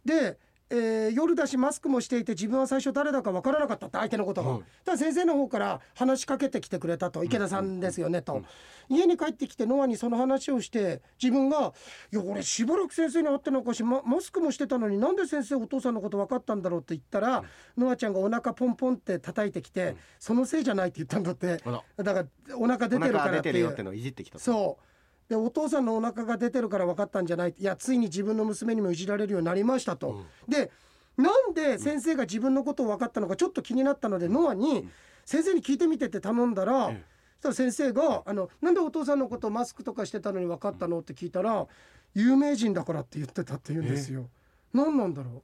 S1: で、えー夜だしマスクもしていて自分は最初誰だか分からなかったって相手のことが、
S2: はい
S1: ただ先生の方から話しかけてきてくれたと池田さんですよねと、家に帰ってきてノアにその話をして自分が「いや俺しばらく先生に会ってなんかし、ま、マスクもしてたのになんで先生お父さんのこと分かったんだろう」って言ったら、ノアちゃんがお腹ポンポンって叩いてきて、そのせいじゃないって言ったんだって
S2: あら
S1: だからお腹出
S2: お
S1: てるか
S2: 腹
S1: らって
S2: 出てる
S1: い
S2: よって
S1: う
S2: のをいじってきたう
S1: そうでお父さんのお腹が出てるから分かったんじゃないいやついに自分の娘にもいじられるようになりましたと、でなんで先生が自分のことを分かったのかちょっと気になったので、ノアに先生に聞いてみてって頼んだら、
S2: ええ
S1: そしたら先生があの「なんでお父さんのことマスクとかしてたのに分かったの?」って聞いたら「有名人だから」って言ってたって言うんですよ。何なんだろ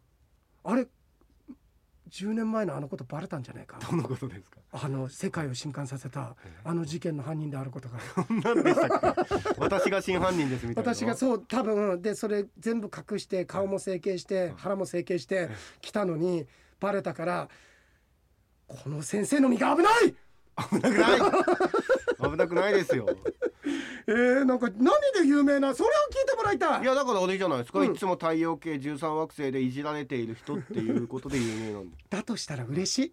S1: うあれ10年前のあのことバレたんじゃないか
S2: どのことですか
S1: あの世界を震撼させたあの事件の犯人であることが
S2: 何でしたっけ私が真犯人ですみたいな
S1: 私がそう多分でそれ全部隠して顔も整形して腹も整形して来たのにバレたからこの先生の身が危ない
S2: 危なくない危なくないですよ
S1: えー、なんか何で有名なそれを聞いてもらいたい
S2: いやだから俺じゃないですか、
S1: うん
S2: いつも太陽系13惑星でいじられている人っていうことで有名なん で
S1: だとしたら嬉しい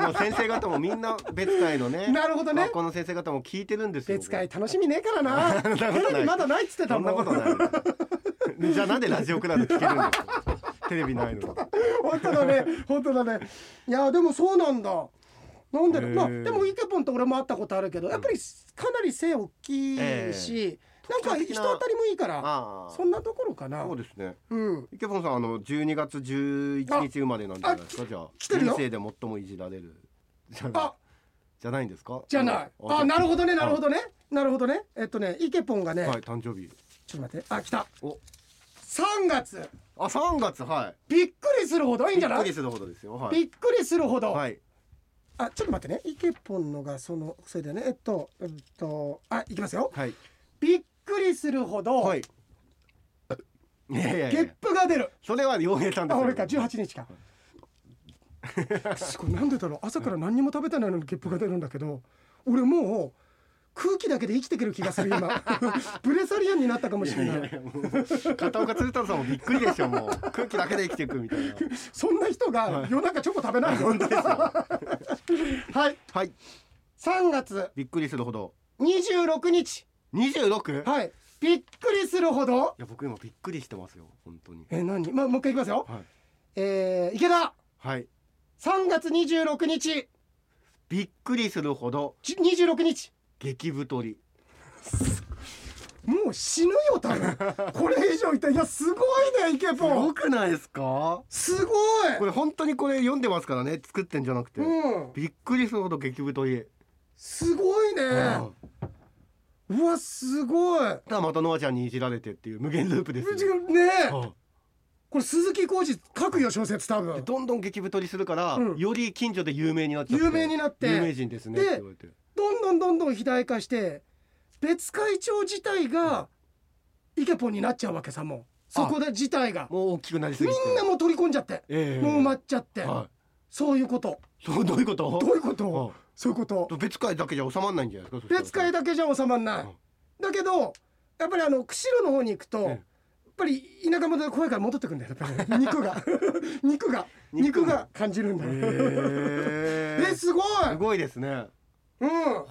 S2: もう先生方もみんな別会のね
S1: なるほどね
S2: 学校の先生方も聞いてるんですよ
S1: 別会楽しみねえからな
S2: そんなこと
S1: テ
S2: ない
S1: レビまだないっつってた
S2: そん
S1: も
S2: なんことないじゃあなんでラジオクラウド聞けるんですかテレビ ないのに
S1: 本当だね本当だねいやでもそうなんだなんでだ
S2: へー
S1: まあでもイケポンと俺も会ったことあるけどやっぱりかなり背大きいし、なんか
S2: 特徴
S1: 人
S2: 的な
S1: 当たりもいいから
S2: ああ
S1: そんなところかな
S2: そうですね
S1: うん
S2: 池本さんあの12月11日生まれなんじゃないですかじゃあ
S1: 来てるよ
S2: 人生で最もいじられるじゃ
S1: あ
S2: なじゃないんですか
S1: じゃない
S2: じゃ
S1: あなるほどねなるほどねなるほどねえっとねイケポンがね、
S2: はい誕生日
S1: ちょっと待ってあ来た
S2: お
S1: 3月
S2: あ3月はい
S1: びっくりするほどいいんじゃ
S2: びっ
S1: な
S2: くり
S1: い
S2: するほどですよは
S1: び
S2: い、
S1: っくりするほど、
S2: はい、
S1: あちょっと待ってねイケポンのがそのそれでねえっとえっとあいきますよ
S2: はい
S1: びっくりするほど、
S2: はいいやいやい
S1: ゲ
S2: や
S1: ップが出る
S2: それは洋平さんで
S1: あ
S2: すよ
S1: 俺か18日かすごいなんでだろう朝から何にも食べてないのにゲップが出るんだけど俺もう空気だけで生きてくる気がする今 ブレサリアンになったかもしれない
S2: いやいやもう片岡鶴太郎さんもびっくりでしょもう 空気だけで生きていくみたいな
S1: そんな人が夜中チョコ食べないのはい
S2: はい
S1: 3月
S2: びっくりするほど
S1: 26日
S2: 26? い
S1: はいびっくりするほど
S2: や僕今びっくりしてますよ本当に
S1: え何まあもう一回いきますよ、
S2: はい
S1: えー、池田
S2: はい
S1: 3月26日
S2: びっくりするほど
S1: じ26日
S2: 激太り
S1: もう死ぬよ多分これ以上いったらいやすごいね池
S2: すご
S1: ポン
S2: くないですか
S1: すごい
S2: これ本当にこれ読んでますからね作ってんじゃなくて、
S1: うん
S2: びっくりするほど激太り、
S1: すごいね、
S2: うん
S1: うわすごい
S2: ただまたノアちゃんにいじられてっていう無限ループですよ
S1: ねえ
S2: うん
S1: これ鈴木浩二書くよ小説多分
S2: どんどん激太りするから、
S1: うん
S2: より近所で有名になっちゃって
S1: 有名になって
S2: 有名人ですねっ
S1: で
S2: て言われて
S1: どんどんどんどん肥大化して別会長自体がイケポンになっちゃうわけさもうそこで自体が
S2: もう大きくなりす
S1: み
S2: ぎて
S1: んなもう取り込んじゃって、
S2: ええ
S1: もう埋まっちゃって、
S2: は
S1: そういうこと
S2: いそうどういうこと
S1: どういうこと、
S2: うん
S1: そういうこと
S2: 別会だけじゃ収まらないんじゃないですか
S1: 別会
S2: だ
S1: だけじゃ収まんない、
S2: うん
S1: だけどやっぱりあの釧路の方に行くと、
S2: ええ
S1: やっぱり田舎まで怖いから戻ってくんだよやっぱり 肉が 肉が肉が感じるんだよ、
S2: へ
S1: えすごい
S2: すごいですね
S1: うんの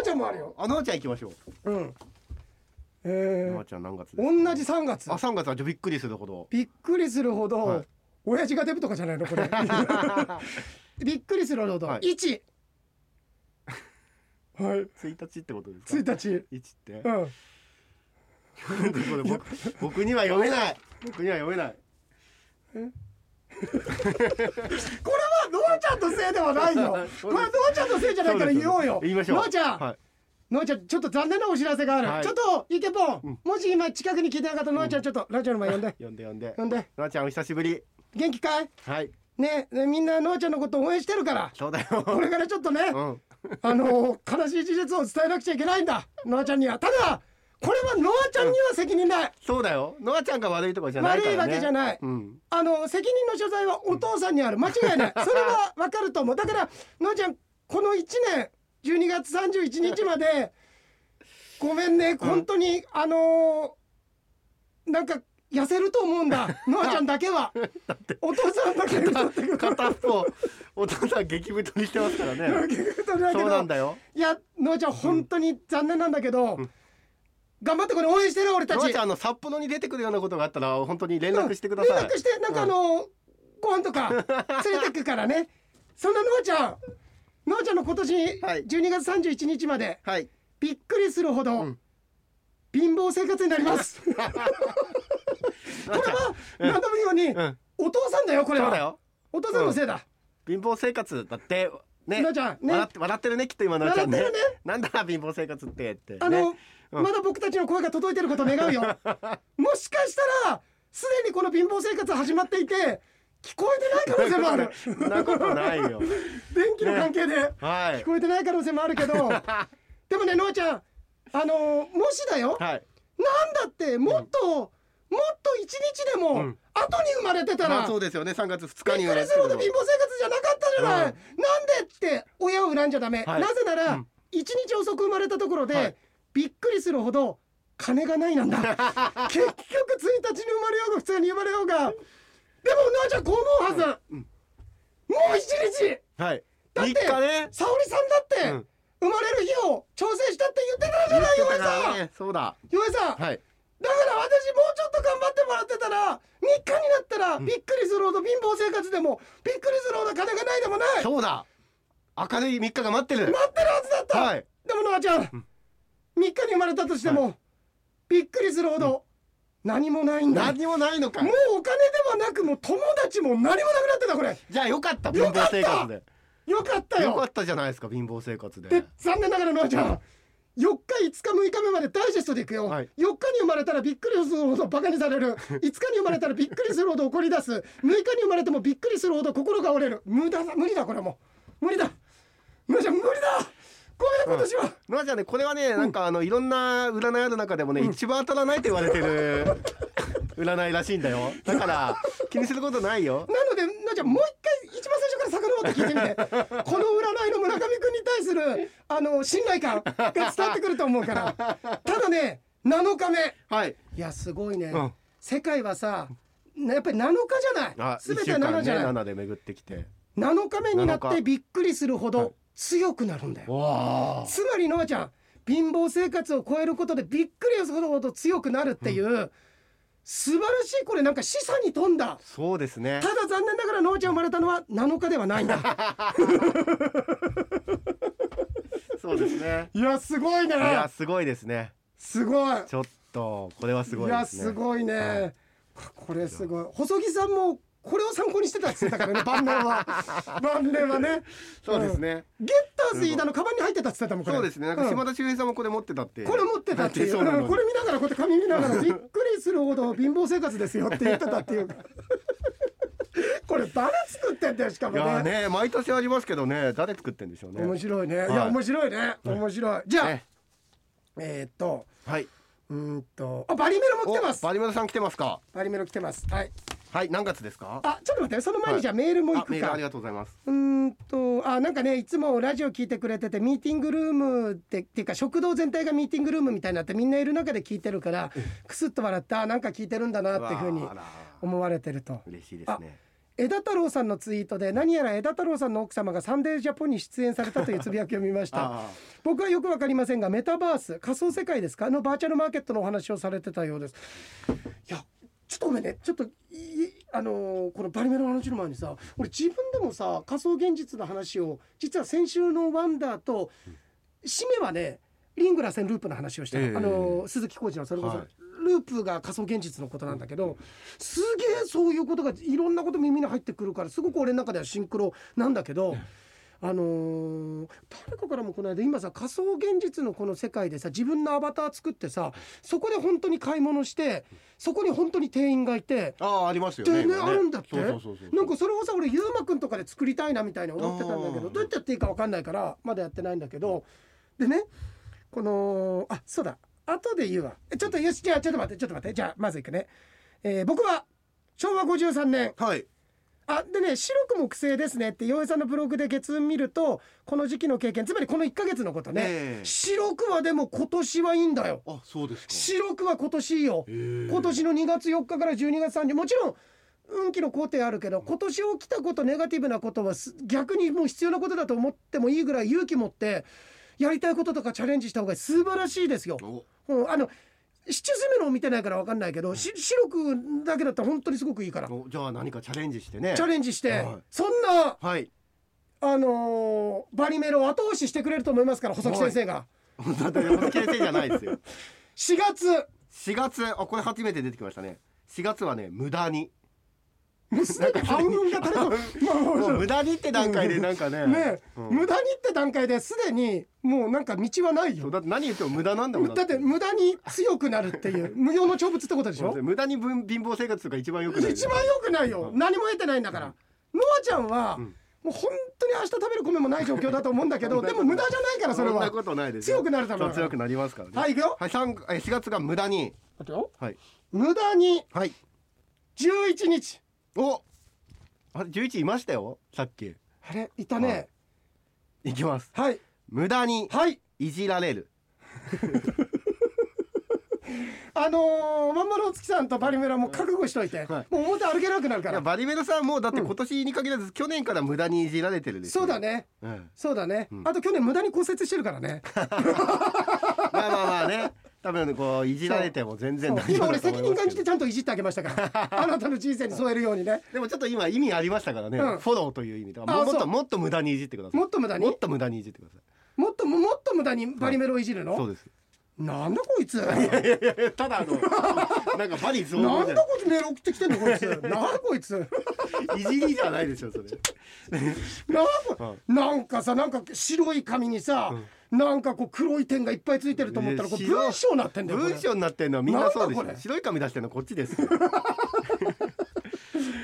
S1: ーちゃんもあるよ
S2: あのあちゃん行きましょう
S1: うんえ
S2: の
S1: ー
S2: あ、ちゃん何月ですか
S1: 同じ3月
S2: あ三月はじゃあびっくりするほど
S1: びっくりするほど、
S2: はい
S1: 親父がデブとかじゃないの これ びっくりするほど、
S2: はい
S1: 1はい
S2: 一日ってことですか
S1: 1日
S2: 一って
S1: うん
S2: これ僕僕には読めない僕には読めない
S1: これはノアちゃんのせいではない よこれはノアちゃんのせいじゃないから言おうよ
S2: 言いましょう
S1: ノアちゃん、
S2: はい
S1: のーちゃんちょっと残念なお知らせがある、
S2: はい
S1: ちょっとイケポン、もし今近くに聞いてなかったらのーちゃんちょっとラジオの前呼んで
S2: 読んで読んで
S1: 呼んで
S2: のあちゃんお久しぶり
S1: 元気かい
S2: はい
S1: ねねみんなのーちゃんのこと応援してるから
S2: そうだ
S1: こ
S2: よ
S1: れからちょっとね、
S2: うん
S1: あのー悲しい事実を伝えなくちゃいけないんだのーちゃんにはただこれはのーちゃんには責任ない、
S2: そうだよのあちゃんが悪いとかじゃないからね
S1: 悪いわけじゃない
S2: うん
S1: あのー責任の所在はお父さんにある間違い ないそれは分かると思うだからのーちゃんこの1年12月31日までごめんね本当に、あのーなんか痩せると思うんだのーちゃんだけ はお父さんだけ受け取ってくる
S2: 片っぽお父さん激太りしてますからね
S1: 受け取れないけ
S2: そうなん
S1: ど
S2: だよ
S1: いや、のーちゃん、本当に残念なんだけど、頑張ってこれ応援してる俺たち。
S2: のあちゃんあの札幌に出てくるようなことがあったら本当に連
S1: うん
S2: 絡してください、
S1: 連絡して、なんかあの、ご飯とか 連れてくからね。そんなのーちゃん、のーちゃんの今年
S2: はい
S1: 12月31日まで、
S2: はい
S1: びっくりするほど、
S2: ん
S1: 貧乏生活になり ます。これは、何度も言うように、
S2: うん
S1: お父さんだよ、これ
S2: そう
S1: は。
S2: だよ
S1: お父さんのせいだ。
S2: 貧乏生活だってね
S1: のあちゃんね
S2: 笑って笑ってるねきっと今のあちゃんね
S1: 笑ってる
S2: なんだ貧乏生活ってって、ね、
S1: あの、
S2: うん
S1: まだ僕たちの声が届いてることを 願うよもしかしたらすでにこの貧乏生活始まっていて聞こえてない可能性もある
S2: そんなことないよ
S1: 電気の関係で、
S2: は
S1: 聞
S2: い
S1: こえてない可能性もある けどでもねのあちゃんあのーもしだよ、
S2: はい
S1: なんだってもっと、もっと一日でも、
S2: ん
S1: 後に生まれてたら、
S2: まあそうですよね3月2日
S1: び
S2: に
S1: っくりするほど貧乏生活じゃなかったじゃない、
S2: うん
S1: なんでって親を恨んじゃダメ、
S2: はい
S1: なぜな
S2: う
S1: ら
S2: ん
S1: 一日遅く生まれたところで、
S2: はい
S1: びっくりするほど金がないなん だ結局1日に生まれようが普通に生まれようがでもなあちゃんこう思うはず、もう一日
S2: はい
S1: だっ
S2: 3
S1: て
S2: 日ね
S1: 沙織さんだって、
S2: うん
S1: 生まれる日を調整したって言ってたじゃないよ江さん
S2: ねそうだ
S1: よ江さん、
S2: はい
S1: だから私もうちょっと頑張ってもらってたら3日になったらびっくりするほど貧乏生活でもびっくりするほど金がないでもない待
S2: そうだ明るい3日が待ってる
S1: ってるはずだった、
S2: はい
S1: でもノアちゃん3日に生まれたとしても、びっくりするほど何もないんだも
S2: 何もないのか
S1: うお金ではなくもう友達も何もなくなってたこれ
S2: じゃあよかった貧
S1: よか
S2: 乏
S1: った
S2: 生活で
S1: よかったよ
S2: よかったじゃないですか貧乏生活で
S1: で残念ながらノアちゃん4日5日6日目までダイジェストでいくよ、
S2: はい
S1: 4日に生まれたらびっくりするほどバカにされる5日に生まれたらびっくりするほど怒り出す6日に生まれてもびっくりするほど心が折れる無駄だ無理だこれはもう無理だ無理だ無理だこういうことしは、
S2: ノアちゃんねこれはねなんかあのいろんな占いある中でもね、一番当たらないと言われてる 占いらしいんだよだから気にすることないよ
S1: なのでなちゃんもう一回一番最初から遡って聞いてみてこの占いの村上君に対するあの信頼感が伝わってくると思うからただね7日目
S2: はい
S1: いやすごいね、
S2: うん
S1: 世界はさなやっぱり7日じゃない
S2: あ
S1: 全
S2: 1
S1: て
S2: 週
S1: は
S2: 間
S1: 7
S2: ね
S1: じゃない、
S2: 7で巡ってきて
S1: 7日目になっ
S2: 7
S1: て
S2: 日
S1: びっくりするほど強くなるんだよ
S2: わあ
S1: つまりノアちゃん貧乏生活を超えることでびっくりするほど強くなるっていう、素晴らしいこれなんか示唆に富んだ
S2: そうですね
S1: ただ残念ながらノアちゃん生まれたのは7日ではないんだ
S2: そうで すね
S1: いやすごいね
S2: いやすごいですね
S1: すごい
S2: ちょっとこれはすごい
S1: や
S2: ですね
S1: すごいね、
S2: はい
S1: これすごい細木さんもこれを参考にしてたっつってたから ね晩年は晩年はね
S2: そうですね、
S1: ゲッターズ飯田のカバンに入ってたっつってたもんこれ
S2: そうですねなんか
S1: うん
S2: 島田秀平さんもこれ持ってたって
S1: これ持ってたっていう、
S2: そうなの
S1: うん
S2: に
S1: これ見ながらこうやって紙見ながらびっくりするほど貧乏生活ですよって言ってたって いうこれ誰作ってんだよしか
S2: い
S1: も
S2: やー
S1: ね
S2: ね毎年ありますけどね誰作ってんでしょうね
S1: 面白いね、い、
S2: は
S1: や
S2: い
S1: 面白いね面白いじゃあ、
S2: ね
S1: えー、っと
S2: はい。
S1: うーんとあバリメロも来てます
S2: おバリメロさん来てますか。
S1: バリメロ来てますはい
S2: はい、何月ですか。
S1: あちょっと待ってその前
S2: は
S1: に
S2: い
S1: じゃあメールも行
S2: あメ
S1: く
S2: ール
S1: か、
S2: ありがとうございます。
S1: うーんとあなんかねいつもラジオ聞いてくれててミーティングルームってっていうか食堂全体がミーティングルームみたいになってみんないる中で聞いてるからくすっと笑ってあなんか聞いてるんだなっていうふうに
S2: わああら
S1: 思われてると
S2: 嬉しいですね。
S1: 枝太郎さんのツイートで何やら枝太郎さんの奥様がサンデージャポンに出演されたというつぶやきを見ました
S2: あ
S1: 僕はよくわかりませんがメタバース仮想世界ですかのバーチャルマーケットのお話をされてたようですいやちょっとごめんねちょっといあのーこのバリメロの話の前にさ俺自分でもさ仮想現実の話を実は先週の「ワンダーと」締めはねリングラセンループの話をしたの、
S2: ええ
S1: あのー鈴木浩二のそれこそ、
S2: はい
S1: ループが仮想現実のことなんだけどすげえそういうことがいろんなこと耳に入ってくるからすごく俺の中ではシンクロなんだけど。あのー誰かからもこの間今さ仮想現実のこの世界でさ自分のアバター作ってさそこで本当に買い物してそこに本当に店員がいて
S2: あああります
S1: っ
S2: よ
S1: て
S2: ね。
S1: ね
S2: 今
S1: あるんだって
S2: そうそうそうそう。
S1: なんかそれをさ俺ゆうまくんとかで作りたいなみたいに思ってたんだけ
S2: あ
S1: ど
S2: ー
S1: どうやってやっていいか分かんないからまだやってないんだけどでねこのあそうだ後で言うわえちょっとよしじゃあちょっと待ってちょっと待ってじゃあまずいくね、えー僕は昭和53年
S2: はい。
S1: あでね白く木製ですねって洋平さんのブログで月運見るとこの時期の経験つまりこの1ヶ月のことね、
S2: ええ
S1: 白くはでも今年はいいんだよ
S2: あそうですか。
S1: 白くは今年いいよ今
S2: 今
S1: 年の2月4日から12月30もちろん運気の工程あるけど今年起きたことネガティブなことはす逆にもう必要なことだと思ってもいいぐらい勇気持ってやりたいこととかチャレンジした方が素晴らしいですよ。
S2: お
S1: うん、あのシチューメのを見てないから分かんないけど、し白くだけだったら本当にすごくいいから
S2: おじゃあ何かチャレンジしてね。
S1: チャレンジして、
S2: はい
S1: そんな、
S2: はい。
S1: あのーバリメロを後押ししてくれると思いますから細木先生が。
S2: だって山崎先生じゃないですよ。
S1: 4月
S2: 4月あこれ初めて出てきましたね。4月はね無駄に。
S1: もうすでに半分が 足りないもう
S2: もう無駄にって段階でなんかね。
S1: ね、
S2: うん
S1: 無駄にって段階ですでにもうなんか道はない
S2: そう
S1: よ
S2: だって何言っても無駄なんだもん。
S1: だって無駄に強くなるって いう無用の長物ってことでし
S2: そう
S1: ょ
S2: ですね無駄に分貧乏生活とか一番よくない。
S1: 一番良くないよ何も得てないんだからノアちゃんは
S2: ん
S1: もう本当に明日食べる米もない状況だと思うんだけ どでも無駄じゃないからそれ
S2: んな
S1: は
S2: ことないです
S1: 強くなるためだから
S2: そう強くなりますからね
S1: はいいくよ
S2: はい三え四月が無駄に
S1: 待てよ
S2: はい
S1: 無駄に
S2: はい
S1: 11日
S2: おあれ十一いましたよさっき
S1: あれいたね
S2: いきます
S1: はい
S2: 無駄に
S1: はい
S2: いじられる
S1: あのー、まんまるお月さんとバリメラも覚悟しといて、
S2: は
S1: もう表歩けなくなるか
S2: いや
S1: ら
S2: バリメロさんもうだって今年に限らず、去年から無駄にいじられてるでしょ
S1: そうだ、ね
S2: うん、
S1: そうだね、
S2: ん
S1: あと去年無駄に骨折してるからね
S2: まあまあまあね多分こういじられても全然大丈夫
S1: 今俺
S2: だと思
S1: 責
S2: い
S1: 任
S2: ます
S1: 感
S2: け
S1: じ
S2: ど
S1: てちゃんといじってあげましたから あなたの人生に添えるようにね
S2: でもちょっと今意味ありましたからね、
S1: うん
S2: フォローという意味とか
S1: あ
S2: もうもっ
S1: そ
S2: と
S1: う
S2: もっと無駄にいじってください
S1: もっと無駄に
S2: もっと無駄にいじってください
S1: もっとももっと無駄にバリメロをいじるの、
S2: そうです
S1: なんだこ いつなんだ
S2: いやい やいやただあのなんかバリ増
S1: こいつメール送ってきてんのこいつなんだこいつ
S2: いじりじゃないでしょそれ。
S1: なん
S2: は
S1: かなんかさなんか白い紙にさ、なんかこう黒い点がいっぱいついてると思ったらこう
S2: ね白
S1: 文章になってんだよこれ
S2: 文章になってんのはみんなそうでし
S1: なんだこ
S2: ょ
S1: れ
S2: 白い紙出してるのこっちです。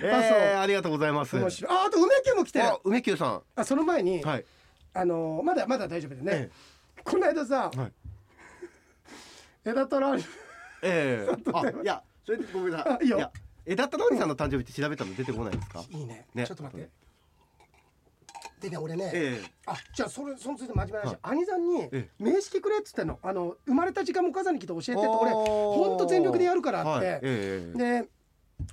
S2: えー、ありがとうございます。
S1: 面白いああと梅木も来てる
S2: あ、梅久さ
S1: あその前に、
S2: ん。はい。
S1: あのーまだまだ大丈夫でね
S2: え、
S1: この間さ、
S2: はい。
S1: 枝太郎
S2: ええあ、いや、それでごめんな
S1: あ
S2: さい。
S1: いいよ
S2: や、枝太郎兄さんの誕生日って調べたの出てこないですか。
S1: いいね
S2: ね
S1: ちょっと待ってでね俺ね、
S2: ええ
S1: あじゃあそれそのついて真面目な話、
S2: はい
S1: 兄さんに
S2: え
S1: 名式くれっつってんのあの生まれた時間もお母さんに来て教えてって俺
S2: あー
S1: ほんと全力でやるからっ
S2: はい
S1: て、
S2: ええ
S1: で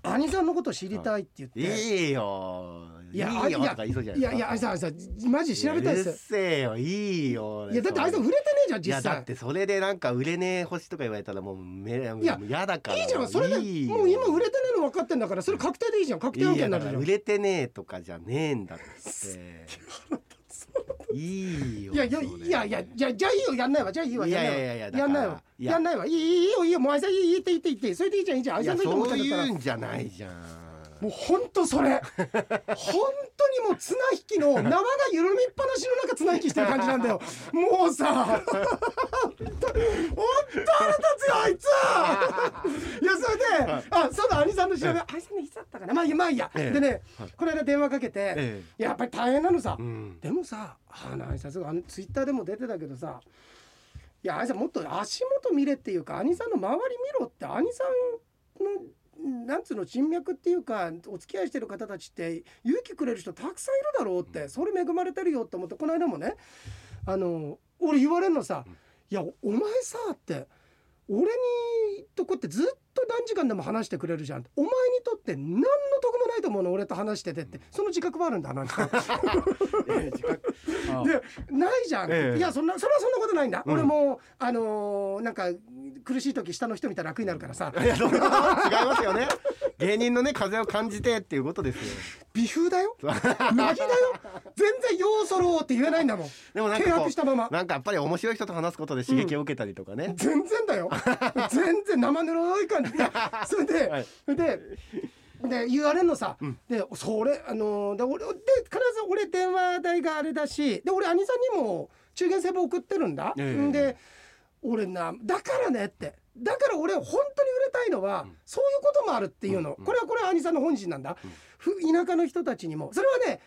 S1: 兄さんのこと知りたいって言って、
S2: いいよ。いいよ
S1: あい
S2: とか言いそうじゃな
S1: い
S2: いです
S1: や
S2: か。
S1: いや、あいさん、あいさん、マジ調べたいで
S2: うる
S1: す。
S2: せえよ、いいよ。
S1: いや、だってあいさん、
S2: そ
S1: 触れてねえじゃん、
S2: いや
S1: 実
S2: だっ
S1: 際。
S2: てそれでなんか売れねえ星とか言われたらもうめい
S1: や
S2: ややだから
S1: いいじゃん、それで、
S2: いいよ
S1: もう今売れてねえの分かってんだから、それ確定でいいじゃん、確定案
S2: い
S1: 件
S2: や
S1: にな
S2: だ
S1: るじ
S2: か
S1: ゃ
S2: ら
S1: ん
S2: 売。れてねえとかじゃねえんだっていいよ
S1: いやいや
S2: それ
S1: いやいやじゃあじゃあいいよやんないわじゃあいいわ
S2: いや
S1: んないわ
S2: いやいやいや
S1: やんない
S2: だ
S1: わ
S2: からいや
S1: やんないわいいいいいいよいいよもうあいさんいいいいっていいっていいってそれでいいじゃんいいじゃんあい
S2: い
S1: さ
S2: や
S1: んがいいと思っ
S2: そ
S1: て
S2: うん
S1: だから
S2: い
S1: も
S2: うんじゃないじゃん
S1: う本当それ本当にもう綱引きの縄が緩みっぱなしの中綱引きしてる感じなんだよもうさ本当腹立つよあいついやそれで、あそうだ兄さんの調べ、兄さんのいつだったかなまあいいまあいいや、
S2: え
S1: で
S2: え
S1: ね、この間電話かけて、
S2: え
S1: やっぱり大変なのさ、
S2: ん
S1: でもさあの兄さんすごいあのツイッターでも出てたけどさいや兄さんもっと足元見れっていうか兄さんの周り見ろって兄さんのなんつうの人脈っていうかお付き合いしてる方たちって勇気くれる人たくさんいるだろうって、それ恵まれてるよって思ってこの間もねあの俺言われるのさ「いやおお前さ」って俺にとこってずっと何時間でも話してくれるじゃんお前にとって何の得もないと思うの俺と話しててってその自覚はあるんだなんか
S2: ええ時間あ
S1: でないじゃん、
S2: ええ
S1: いやそんなそれはそんなことないんだ、
S2: ん
S1: 俺もあのーなんか苦しい時下の人見たら楽になるからさ
S2: いやそんなこと違いますよね芸人のね風を感じてっていうことですよ
S1: 微風だ よなぎだよ全然「ようそろう」って言えないんだもん
S2: でもなん
S1: 契
S2: かこ
S1: 約したまま
S2: うなんかやっぱり面白い人と話すことで刺激を受けたりとかね、
S1: 全然 だよ全然生ぬるい感じでそれで、
S2: はい
S1: それでで言われんのさ、でそれあのーで俺で必ず俺電話代があれだしで俺兄さんにも中元セブ送ってるんだ、
S2: ええ
S1: で俺なだからねってだから俺本当に売れたいのは、そういうこともあるっていうの、これはこれは兄さんの本心なんだ、ふ田舎の人たちにもそれはね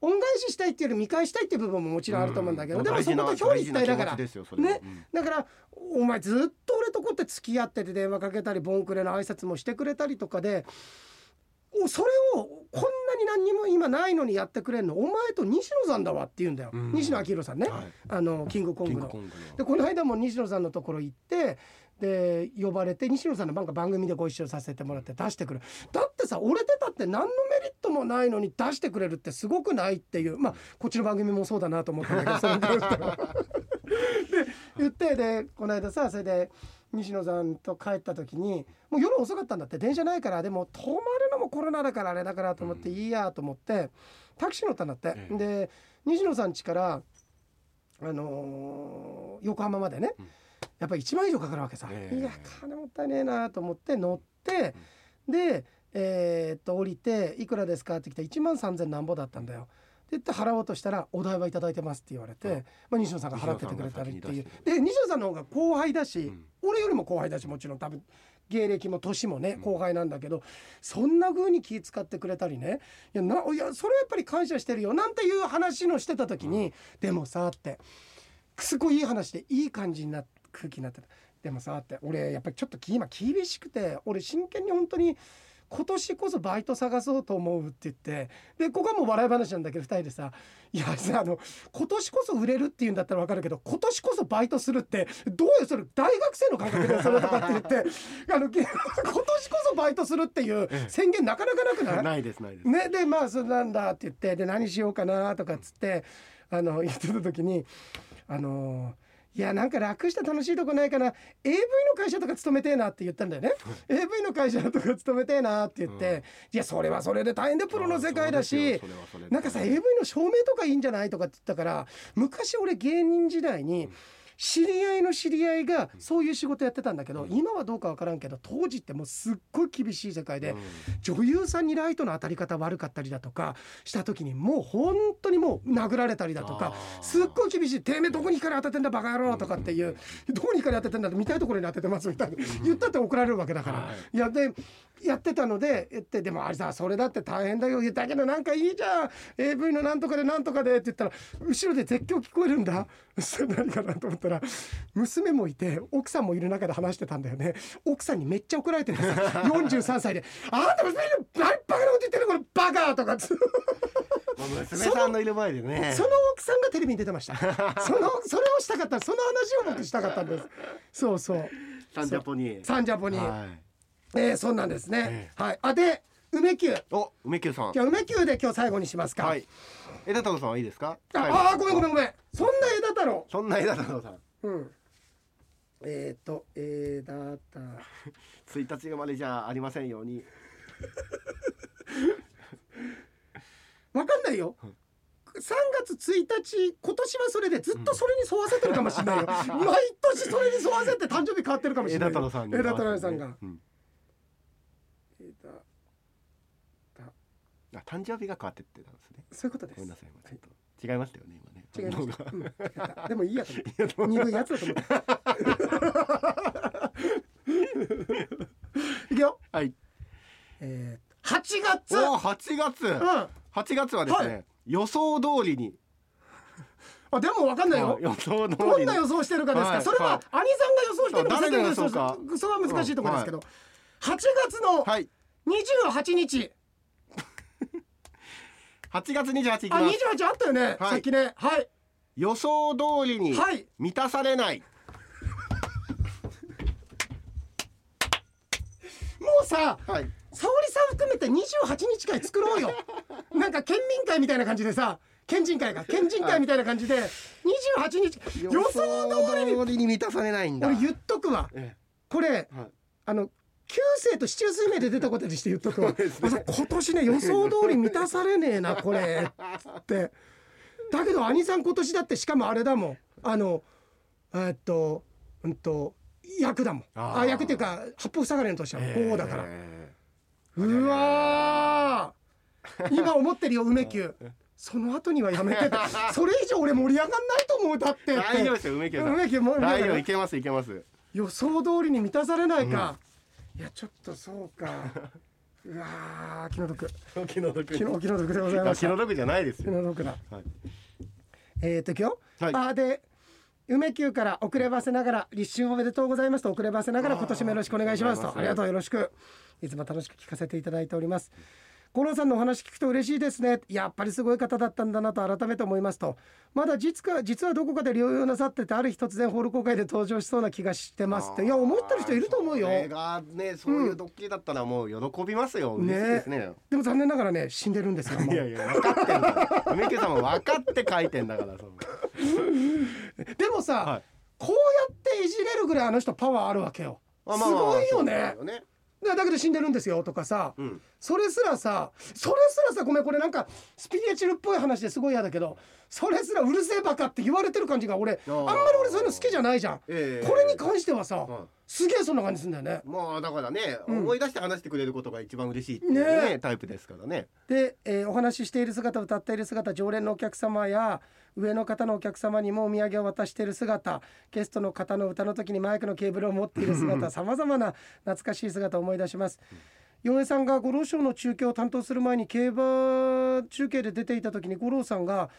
S1: 恩返ししたいっていうより見返したいっていう部分ももちろんあると思うんだけど、
S2: うん
S1: でも
S2: 大
S1: そ
S2: 事
S1: こ
S2: な
S1: と表裏一体だから
S2: 大事な気持ちですよそれは
S1: ね、
S2: うん
S1: だからお前ずっと俺とこって付き合ってて電話かけたりボンクレの挨拶もしてくれたりとかでおそれをこんなに何にも今ないのにやってくれるのお前と西野さんだわって言うんだよ、
S2: うん
S1: 西野昭弘さんね、
S2: はい
S1: あのキングコン
S2: キン
S1: グ
S2: グ
S1: の
S2: コ。ング
S1: でこの間も西野さんのところ行ってで呼ばれて西野さんのなんか番組でご一緒させてもらって出してくるだってさ俺出たって何のメリットもないのに出してくれるってすごくないっていうまあこっちの番組もそうだなと思ったんだけどその時はで言ってでこの間さそれで西野さんと帰った時にもう夜遅かったんだって電車ないからでも泊まるのもコロナだからあれだからと思っていいやと思ってタクシー乗ったんだって。
S2: ええ
S1: で西野さん家からあのー横浜までね、やっぱり1万以上かかるわけさ、
S2: ええ
S1: いや金もったいねえなと思って乗って、でえーっと降りて「いくらですか?」って来たら1万3,000なんぼだったんだよ。って言って払おうとしたら「お代はいただいてます」って言われて、
S2: うん
S1: まあ、西野さんが払っててくれたりっていう
S2: 西野さんが先に出して
S1: で西野さんの方が後輩だし、
S2: ん
S1: 俺よりも後輩だしもちろん多分芸歴も年もね後輩なんだけど、そんな風に気遣ってくれたりねいやないやそれはやっぱり感謝してるよなんていう話のしてた時に、でもさってすごいいい話でいい感じにな空気になってたでもさって俺やっぱりちょっとき今厳しくて俺真剣に本当に今年こそバイト探そうと思うって言ってでここはもう笑い話なんだけど2人でさ「いやさあの今年こそ売れるっていうんだったら分かるけど今年こそバイトするってどうよそれ大学生の感覚でそれとかって言ってあの 今年こそバイトするっていう宣言なかなかなくない
S2: ないですないです、
S1: ね、でまあそうなんだって言ってで何しようかなとかっつってあの言ってた時にあのいやなんか楽して楽しいとこないかな AV の会社とか勤めてえなって言ったんだよね AV の会社とか勤めてえなって言って、いやそれはそれで大変でプロの世界だ
S2: そうで
S1: し
S2: すよそれはそれで
S1: なんかさ AV の照明とかいいんじゃないとかって言ったから昔俺芸人時代に知り合いの知り合いがそういう仕事やってたんだけど、今はどうかわからんけど当時ってもうすっごい厳しい世界で、女優さんにライトの当たり方悪かったりだとかした時にもう本当にもう殴られたりだとか
S2: あー
S1: すっごい厳しい「てめえどこに光当ててんだバカ野郎」とかっていう「どこに光当ててんだ」って見たいところに当ててますみたいな言ったって怒られるわけだから。
S2: はい
S1: い、やでやってたのでえってでもあれさそれだって大変だよだけどなんかいいじゃん AV のなんとかでなんとかでって言ったら後ろで絶叫聞こえるんだ それ何かなと思ったら娘もいて奥さんもいる中で話してたんだよね奥さんに めっちゃ怒られてるんですよ43歳で「あんた娘にバカなこと言ってるこれバカ!」とかつ
S2: まあ娘さんのいる前でね
S1: その奥さんがテレビに出てました そのそれをしたかったその話を僕したかったんですそうそう
S2: サンジャポに
S1: サンジャポに、
S2: はい
S1: えーそうなんですね
S2: え、
S1: はいあで梅球
S2: お梅久さん
S1: じゃあ梅球で今日最後にしますか。
S2: はい枝太郎さんはいいですか
S1: あ、
S2: 最後
S1: あーごめんごめんごめん。そんな枝太郎。
S2: そんな枝太郎さん
S1: うん。えっ、ー、と枝太郎。
S2: 1日までじゃありませんように
S1: わかんないよ。3月1日今年はそれでずっとそれに沿わせてるかもしれない よ、毎年それに沿わせて誕生日変わってるかもしれな
S2: 枝
S1: いよ
S2: 太郎さんに
S1: 枝太郎さんが、
S2: うん
S1: 枝
S2: あ誕生日が変わってってたんですね
S1: そういうことです
S2: ごめんなさい今ちょっと違いましたよね今ね
S1: 違いまし
S2: 反応
S1: た、うん、違
S2: が
S1: ったでもいいやと 思って鈍いやつだと思ったいくよ
S2: はい
S1: えー、8月
S2: お8月
S1: うん
S2: 8月はです
S1: は
S2: ね予想通りに
S1: あでもわかんないよ
S2: あ。予想通
S1: どん
S2: りに
S1: な予想してるかですか。
S2: はい
S1: それは、
S2: はい
S1: 兄さんが予想してるのか
S2: そう
S1: 世
S2: 誰が
S1: 間が
S2: 予想
S1: るそれは難しいところですけど、8月の
S2: はい
S1: 28日、
S2: 8月28日いき
S1: あ
S2: ます
S1: 28あったよね、
S2: はい
S1: さっきねはい
S2: 予想通りに
S1: はい
S2: 満たされない
S1: もうさ
S2: はい
S1: 沙織さん含めて28日会作ろう よなんか県民会みたいな感じでさ県人会が県人会みたいな感じで28日予想通りに
S2: 通りに満たされないんだ
S1: 俺言っとくわ
S2: え
S1: これ
S2: えはい
S1: あの九世と市中水明で出たことにして言っとくわ、
S2: ですね
S1: あそう今年ね予想通り満たされねえなこれってだけど兄さん今年だってしかもあれだもんあのえーっとうんと役だもん
S2: あ
S1: あ
S2: ー
S1: 役っていうか八方塞がりの年だもん、
S2: ええ
S1: 五だから、うわー今思ってるよ梅球その後にはやめて ってそれ以上俺盛り上がんないと思うだってって
S2: 大丈夫ですよ梅木さん
S1: 梅木もう
S2: 大丈夫いけますいけます
S1: 予想通りに満たされないか、いやちょっとそうかうわー気の毒
S2: 気の毒
S1: 気の気の毒でございまし
S2: 気
S1: た
S2: の毒じゃないです
S1: 気
S2: よ
S1: の毒だ
S2: はい
S1: えーといくよ、
S2: はい
S1: あーで梅球から遅ればせながら立春おめでとうございますと遅ればせながら
S2: あー
S1: 今年もよろしくお願いしますと
S2: あ
S1: あ
S2: り
S1: りが
S2: がと
S1: とうよろしくいつも楽しく聞かせていただいております五郎さんのお話聞くと嬉しいですねやっぱりすごい方だったんだなと改めて思いますとまだ実か実はどこかで療養なさっててある日突然ホール公開で登場しそうな気がしてますっていや思ってる人いると思うよ
S2: それがねそういうドッキリだったらもう喜びますよ、嬉しいですね
S1: でも残念ながらね死んでるんですよもう
S2: いやいや分かってるから梅木さんも分かって書いてんだからそう
S1: でもさ、
S2: はい
S1: こうやっていじれるぐらいあの人パワーあるわけよ、
S2: あ
S1: すごいよね
S2: そうですよ
S1: だだけど死んでるんですよとかさ、
S2: うん
S1: それすらさそれすらさごめんこれなんかスピリチュアルっぽい話ですごい嫌だけどそれすらうるせえバカって言われてる感じが俺あ
S2: あ
S1: ん
S2: ー
S1: まり俺そういうの好きじゃないじゃん、
S2: ええ
S1: これに関してはさ、
S2: ん
S1: すげえそんな感じすんだよね
S2: まあだからね、
S1: ん
S2: 思い出して話してくれることが一番嬉しいっていうね
S1: ね
S2: タイプですからね
S1: で、えーお話ししている姿歌っている姿常連のお客様や上の方のお客様にもお土産を渡している姿ゲストの方の歌の時にマイクのケーブルを持っている 姿さまざまな懐かしい姿を思い出します。洋江さんが五郎賞の中継を担当する前に競馬中継で出ていた時に五郎さんがあ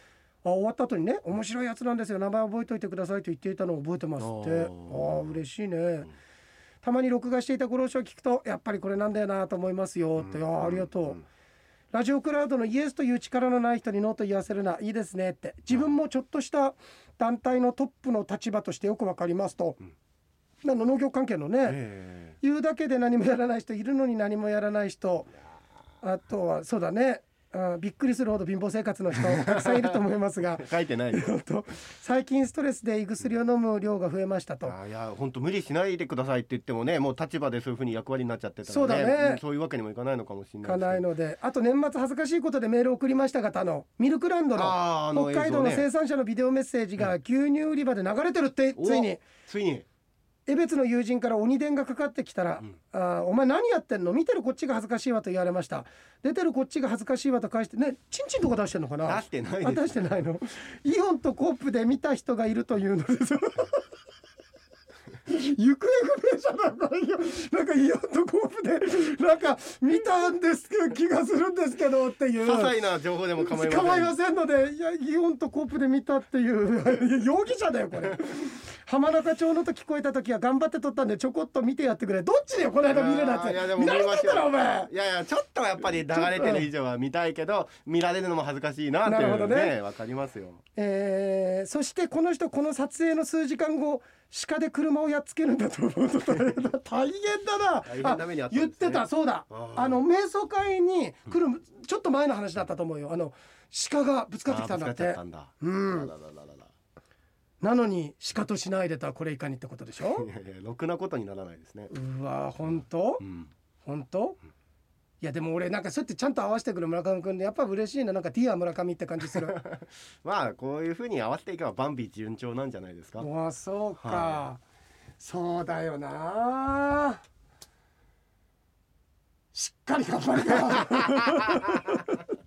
S1: 終わった後にね面白いやつなんですよ名前覚えておいてくださいと言っていたのを覚えてますって
S2: あ
S1: あ
S2: ー
S1: あ嬉しいね。たまに録画していた五郎賞を聞くとやっぱりこれなんだよなと思いますよって、ああありがとう、ラジオクラウドのイエスという力のない人にノーと言わせるないいですねって自分もちょっとした団体のトップの立場としてよくわかりますと、なの農業関係のね、
S2: え
S1: 言うだけで何もやらない人いるのに何もやらない人あとはそうだねうん、びっくりするほど貧乏生活の人たくさんいると思いますが
S2: 書いてないよ
S1: 本当最近ストレスで胃薬を飲む量が増えましたと
S2: あー いや本当無理しないでくださいって言ってもねもう立場でそういうふうに役割になっちゃってたら、ね、
S1: そうだね
S2: んそういうわけにもいかないのかもしれない
S1: か
S2: ですけど
S1: ないのであと年末恥ずかしいことでメールを送りましたがあのミルクランド
S2: あーあ
S1: の
S2: の
S1: 北海道の
S2: 映像ね
S1: 生産者のビデオメッセージが牛乳売り場で流れてるって
S2: お
S1: ついに
S2: ついに
S1: 江別の友人から鬼電がかかってきたら
S2: うん
S1: 「あーお前何やってんの見てるこっちが恥ずかしいわ」と言われました出てるこっちが恥ずかしいわと返してねチンチンとか出してんのかな
S2: 出してない
S1: あ
S2: で
S1: 出
S2: す
S1: してないのイオンとコップで見た人がいるというの です行方不明者なんだよなんかイオンとコップでなんか見たんですけど気がするんですけどっていう
S2: 些細な情報でも構いません
S1: 構いませんのでいやイオンとコープで見たっていう容疑者だよこ れ浜中町のと聞こえた時は頑張って撮ったんでちょこっと見てやってくれどっちだよこの間見れなっ
S2: あーいやで
S1: て
S2: も
S1: 見られてんだろお
S2: 見ま
S1: 前
S2: いやいやちょっとやっぱり流れてる以上は見たいけど見られるのも恥ずかしいなってい
S1: なる
S2: う
S1: ほど
S2: の
S1: ね
S2: ねわかりますよ
S1: えーそしてこの人この撮影の数時間後鹿で車をやっつけるんだと思うと大変 だ大変だな
S2: 大変な目に遭ったんですね
S1: 言ってたそうだ
S2: あー
S1: あの瞑想会に来るちょっと前の話だったと思うよあの鹿がぶつかってきたんだっ
S2: あーぶつかちゃ
S1: て
S2: ったんだ
S1: うん
S2: あららららら
S1: なのに鹿としないでたはこれいかにってことでしょ
S2: いやいやろくなことにならないですね
S1: うわ本当
S2: うん
S1: 本当いやでも俺なんかそうやってちゃんと合わせてくる村上君でやっぱ嬉しいななんかディア村上って感じする
S2: まあこういうふうに合わせていけばバンビ順調なんじゃないですか
S1: うわそうか、
S2: は
S1: そうだよなしっかり頑張るか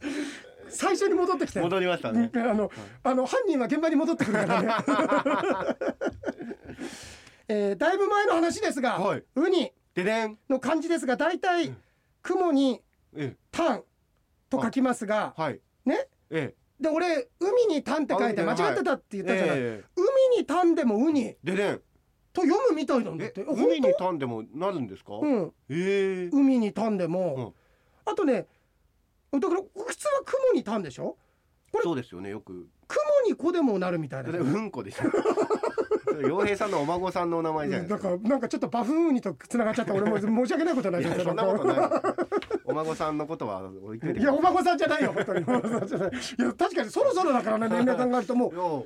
S1: 最初に戻ってきて
S2: 戻りましたね
S1: あの、あの犯人は現場に戻ってくるから ね。えーだいぶ前の話ですが、
S2: はい
S1: ウニ
S2: ででん
S1: の漢字ですが、大体雲に
S2: え
S1: タンと書きますが、
S2: えはい
S1: ね。
S2: え
S1: で、俺海にタンって書いて間違ってたって言
S2: え
S1: ったじゃない。
S2: え
S1: 海にタンでもウニ
S2: えででん
S1: と読むみたいなんだっ
S2: え
S1: て。え
S2: 海に飛んでもなるんですか、
S1: 本当うん。
S2: ええ
S1: 海にタンでも、あとね、だから普通は雲にタンでしょ。
S2: そうですよねよく
S1: 雲に子でもなるみたい
S2: そ
S1: な
S2: れ。うんこで しょそれ洋平さんのお孫さんのお名前じゃないで
S1: だ
S2: すか
S1: からなんかちょっとバフンウニとつながっちゃって俺も申し訳ないことない
S2: い
S1: け
S2: や
S1: ど
S2: そんなことないお孫さんのことは置いといて
S1: いやお孫さんじゃないよ本当にお孫さんじゃないいや確かにそろそろだからね年齢考えるともう
S2: よ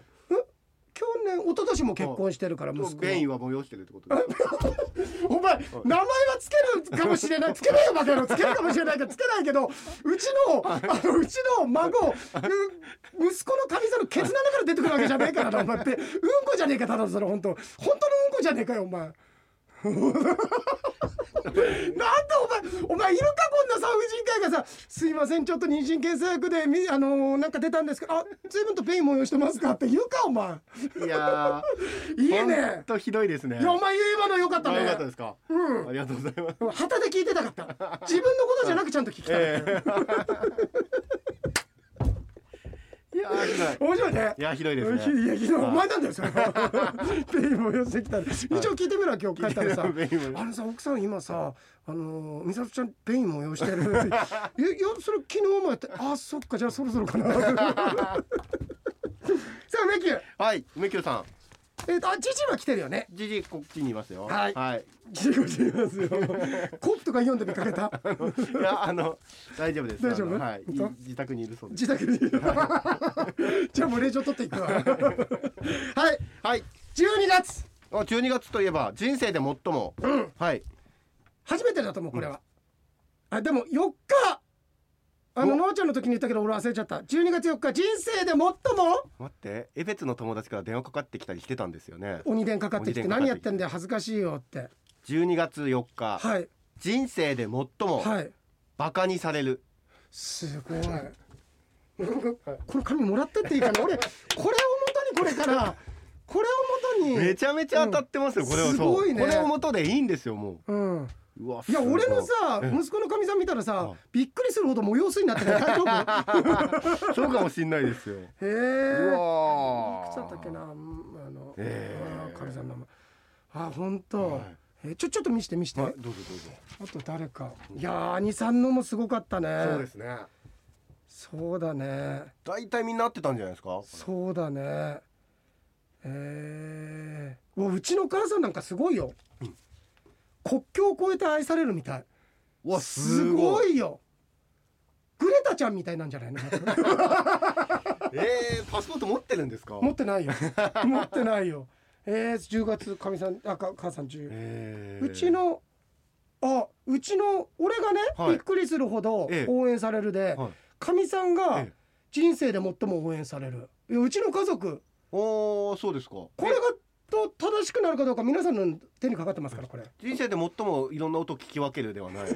S1: 去年一昨年も結婚してるから
S2: う
S1: 息子
S2: 便意は催してるってことですか
S1: お前名前はつけるかもし れないつけないよバカ野郎つけるかもしれないけどつけないけどうちのあのうちの孫う息子の神さんのケツの中から出てくるわけじゃないからなお前ってうんこじゃねえかただのそれ本当本当のうんこじゃねえかよお 前。なんでお前お前いるかこんな産婦人科医がさ「すいませんちょっと妊娠検査薬でみあのーなんか出たんですけどあ随分とペイン催してますか」って言うかお前
S2: いや
S1: いい
S2: ーほん
S1: ね
S2: とひどいですね
S1: いやお前今のよかった
S2: あ
S1: ね
S2: よかったですか、
S1: うん
S2: ありがとうございます
S1: 旗で聞いてたかった自分のことじゃなくちゃんと聞きたい、
S2: ええいやーひどい
S1: 面白いね
S2: いやひどいで
S1: ひ
S2: すね
S1: いやひどいお前なんだよそ れペインも寄せてきたら一応聞いてみろ今日帰ったらさ
S2: ペイン催
S1: あのさ奥さん今さあのー美里ちゃんペイン催してる っていやいやそれ昨日もやってあそっかじゃあそろそろ かなさあメキュー
S2: はい梅キュさん
S1: えっ、とあジジイは来てるよね
S2: じじこっちにいますよ
S1: はい
S2: はい、
S1: ジジイは来てますよコップとか読んで見かけた
S2: いやあの大丈夫です
S1: 大丈夫
S2: あのはいい
S1: 本
S2: 自宅にいるそうです
S1: 自宅に じゃあもう令状取っていくわはい
S2: はい
S1: 12月
S2: あ12月といえば人生で最も、はい
S1: 初めてだと思うこれは、あでも4日あの
S2: お
S1: のーちゃんの時に言ったけど俺忘れちゃった12月4日人生で最も
S2: 待ってエベツの友達から電話かかってきたりしてたんですよね
S1: 鬼伝かかってきて
S2: 鬼電かかって
S1: 何
S2: きて
S1: やってんだよ恥ずかしいよって
S2: 12月4日、
S1: はい
S2: 人生で最も
S1: はい
S2: バカにされる、
S1: すごいなんかこの紙もらってっていいかな俺これをもとにこれからこれをもと
S2: め
S1: に
S2: ちゃめちゃ当たってますよ、これは
S1: すごいね
S2: そうこれを元でいいんですよも
S1: うん
S2: ううわ
S1: いや
S2: すご
S1: 俺のさ
S2: え
S1: 息子のかみさん見たらさ
S2: うん
S1: びっくりするほど催すになってない大丈夫
S2: そうかもしんないですよ、
S1: へ
S2: う
S1: え
S2: わ
S1: い
S2: ー
S1: くつだったっけな、うんあの、
S2: え
S1: あ
S2: え
S1: ー、神さんの名前。あ、本当、
S2: はい
S1: えーちょ、ちょっと見して見して、
S2: はい
S1: あ
S2: どうぞどうぞ
S1: と誰か。いやー、兄さんのもすごかったね。
S2: そうですね
S1: そうだね。
S2: 大体みんな合ってたんじゃないですか
S1: そうだね。えー、うわうちのお母さんなんかすごいよ。国境を越えて愛されるみたい。
S2: うわ
S1: すご
S2: い
S1: いよ。グレタちゃんみたいなんじゃないの
S2: えー、パスポート持ってるんですか
S1: 持ってないよ持ってないよえー、10月かみさんあか母さん10、
S2: えー
S1: うちのあうちの俺がね、
S2: はい
S1: びっくりするほど
S2: ええ
S1: 応援されるで
S2: はい
S1: かみ、さんが
S2: ええ
S1: 人生で最も応援されるいやうちの家族
S2: おーそうですかこ
S1: これがと正しくなるかどうか皆さんの手にかかってますからこれ
S2: 人生で最もいろんな音を聞き分けるではない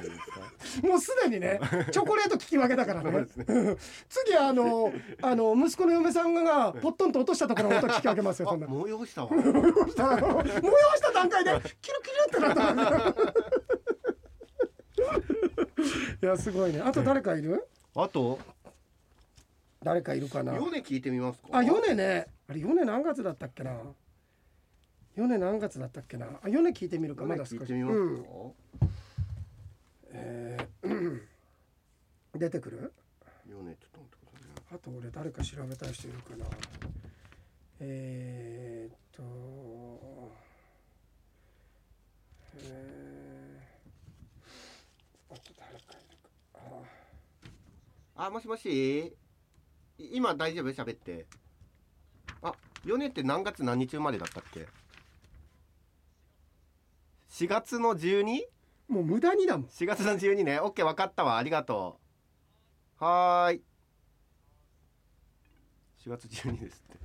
S2: ですか
S1: もうすでにねチョコレート聞き分けだから
S2: そう
S1: ね
S2: ですね
S1: 次あのあの息子の嫁さんがポットンと落としたところの音聞き分けますよ
S2: あ
S1: そんな
S2: 催したわ
S1: 催した段階でキルキルってなった いやすごいねあと誰かいる
S2: あと
S1: 誰かいるかな
S2: ヨネ聞いてみますか
S1: あヨネねあれヨネ何月だったっけなヨネ何月だったっけなあヨネ聞いてみるか
S2: ヨ
S1: ま
S2: ネ
S1: だ
S2: 聞い
S1: 少
S2: て
S1: し、
S2: みますか、
S1: うんえーうん出てくる
S2: ヨネちょっと待ってくださいね
S1: あと俺誰か調べたい人いるかなえー、っとえー、あと誰かいるか
S2: あもしもしい今大丈夫喋ってあヨネって何月何日生まれだったっけ4月の 12?
S1: もう無駄にだもん
S2: 4月の12ねオッケー分かったわありがとうはーい4月12ですって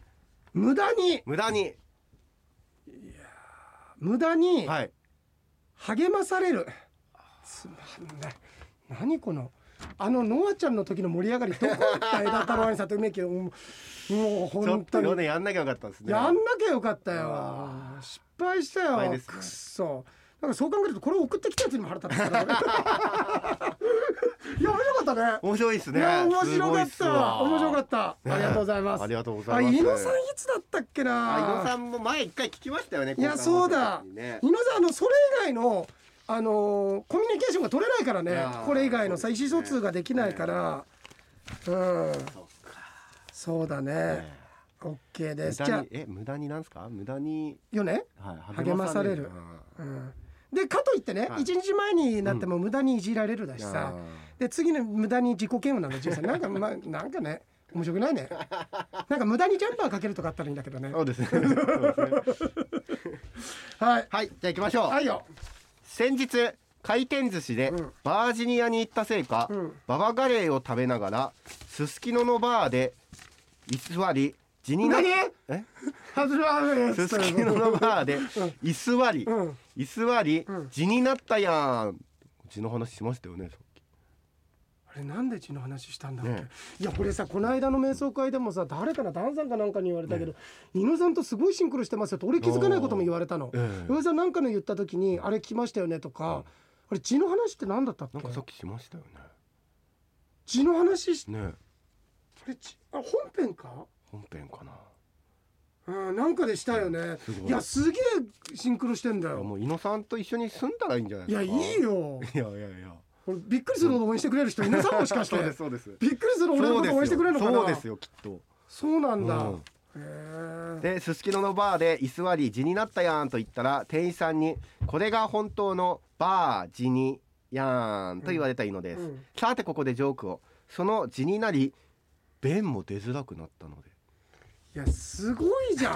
S1: 無駄に
S2: 無駄に
S1: 無駄に
S2: はい
S1: 励まされる、つまんない何このあのノアちゃんの時の盛り上がりどこ行った枝太郎兄さんと梅木もうもう
S2: ちょっ
S1: 本当
S2: と
S1: に
S2: ヨネやんなきゃよかったですね
S1: やんなきゃよかったよ
S2: あ
S1: 失敗したよ
S2: 失敗ですね
S1: くっそなんかそう考えるとこれ送ってきたやつにも腹立つから俺い や面白かったね
S2: 面白いですね
S1: いや面白かっ
S2: すごいす
S1: た
S2: わ
S1: 面白かった
S2: ね
S1: ありがとうございます
S2: ありがとうござ
S1: あ
S2: います
S1: 猪野さんいつだったっけな
S2: あ伊野さんも前一回聞きましたよね
S1: いや
S2: 今回の
S1: そうだ
S2: 時にね
S1: 猪野さんあのそれ以外のあのーコミュニケーションが取れないから
S2: い
S1: ね
S2: やー
S1: これ以外のさ
S2: そう
S1: 意
S2: ですね
S1: 思疎通ができないから、うん
S2: そっか
S1: そうだね
S2: ね
S1: オッケーで
S2: 無
S1: すじゃ
S2: 駄
S1: あ
S2: にえ無駄になんですか無駄に、
S1: よね、
S2: はい、
S1: 励まされるう
S2: あ
S1: ん、でかといってね、
S2: はい
S1: 一日前になっても無駄にいじられるだし
S2: ー
S1: さ、で次の無駄に自己嫌悪なの人生 なんか、まあ、なんかね面白くないねなんか無駄にジャンパーかけるとかあったらいいんだけどね
S2: そうです ねそうですね
S1: はい
S2: はいじゃあ行きましょう
S1: はいよ
S2: 先日回転寿司で
S1: うん
S2: バージニアに行ったせいか、
S1: うん
S2: ババガレーを食べながらすすきののバーで居座り地にな
S1: 何
S2: え
S1: 外れはね
S2: すすきののバーで居座り、
S1: うん
S2: 居座り
S1: うん
S2: 地になったやん地の話しましたよねさっき
S1: あれなんで血の話したんだっけ、
S2: ね
S1: いやこれさこの間の瞑想会でもさ誰かなダンさんかなんかに言われたけど、犬さんとすごいシンクロしてますよと俺気づかないことも言われたの
S2: おーええ
S1: 犬、さんなんかの言った時にあれ来ましたよねとか、あれ血の話って何だったっけ
S2: なんかさっきしましたよね
S1: 血の話し
S2: ね
S1: あれ血あ本編か
S2: 本編かな
S1: うんなんかでしたよね
S2: すごい
S1: いやすげえシンクロしてんだよ
S2: もう伊野さんと一緒に住んだらいいんじゃない
S1: い
S2: で
S1: や
S2: すか
S1: いいよ
S2: いやいやいや
S1: 俺びっくりするほど応援してくれる人犬さんもしかして
S2: そうですそうです
S1: びっくりする俺のこと応援してくれるのかな
S2: そうですよきっと
S1: そうなんだ、
S2: うん
S1: へえ
S2: で、すすきののバーで居座り地になったやんと言ったら店員さんにこれが本当のバー地にやんと言われたいのです、
S1: うん
S2: さてここでジョークをその地になり便も出づらくなったので
S1: いやすごいじゃ ん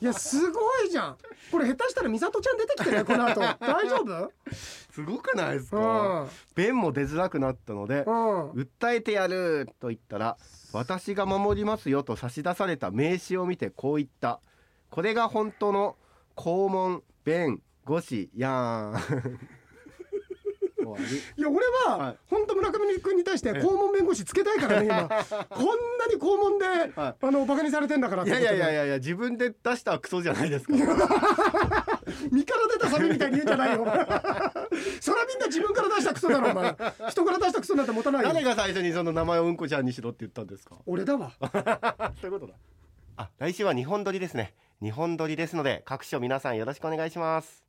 S1: いやすごいじゃんこれ下手したら美里ちゃん出てきてねこの後大丈 夫
S2: すごくないです
S1: うん
S2: 便も出づらくなったので
S1: うん
S2: 訴えてやると言ったら私が守りますよと差し出された名刺を見てこう言ったこれが本当の肛門弁護士や ん終わり
S1: いや俺
S2: は
S1: はい本当村上君に対して
S2: え
S1: 肛門弁護士つけたいからね 今こんなに肛門であのバカにされてんだからっ
S2: い
S1: てこ
S2: や
S1: と
S2: い
S1: で
S2: やいやいやいや自分で出したクソじゃないですか。
S1: 身から出たサビみたいに言うんじゃないよ そらみんな自分から出したクソだろお前人から出したクソなんて持たない
S2: 誰
S1: よ
S2: が最初にその名前をうんこちゃんにしろって言ったんですか。
S1: 俺だわ
S2: そういうことだ。あ、来週は日本撮りですね。日本撮りですので各所皆さんよろしくお願いします。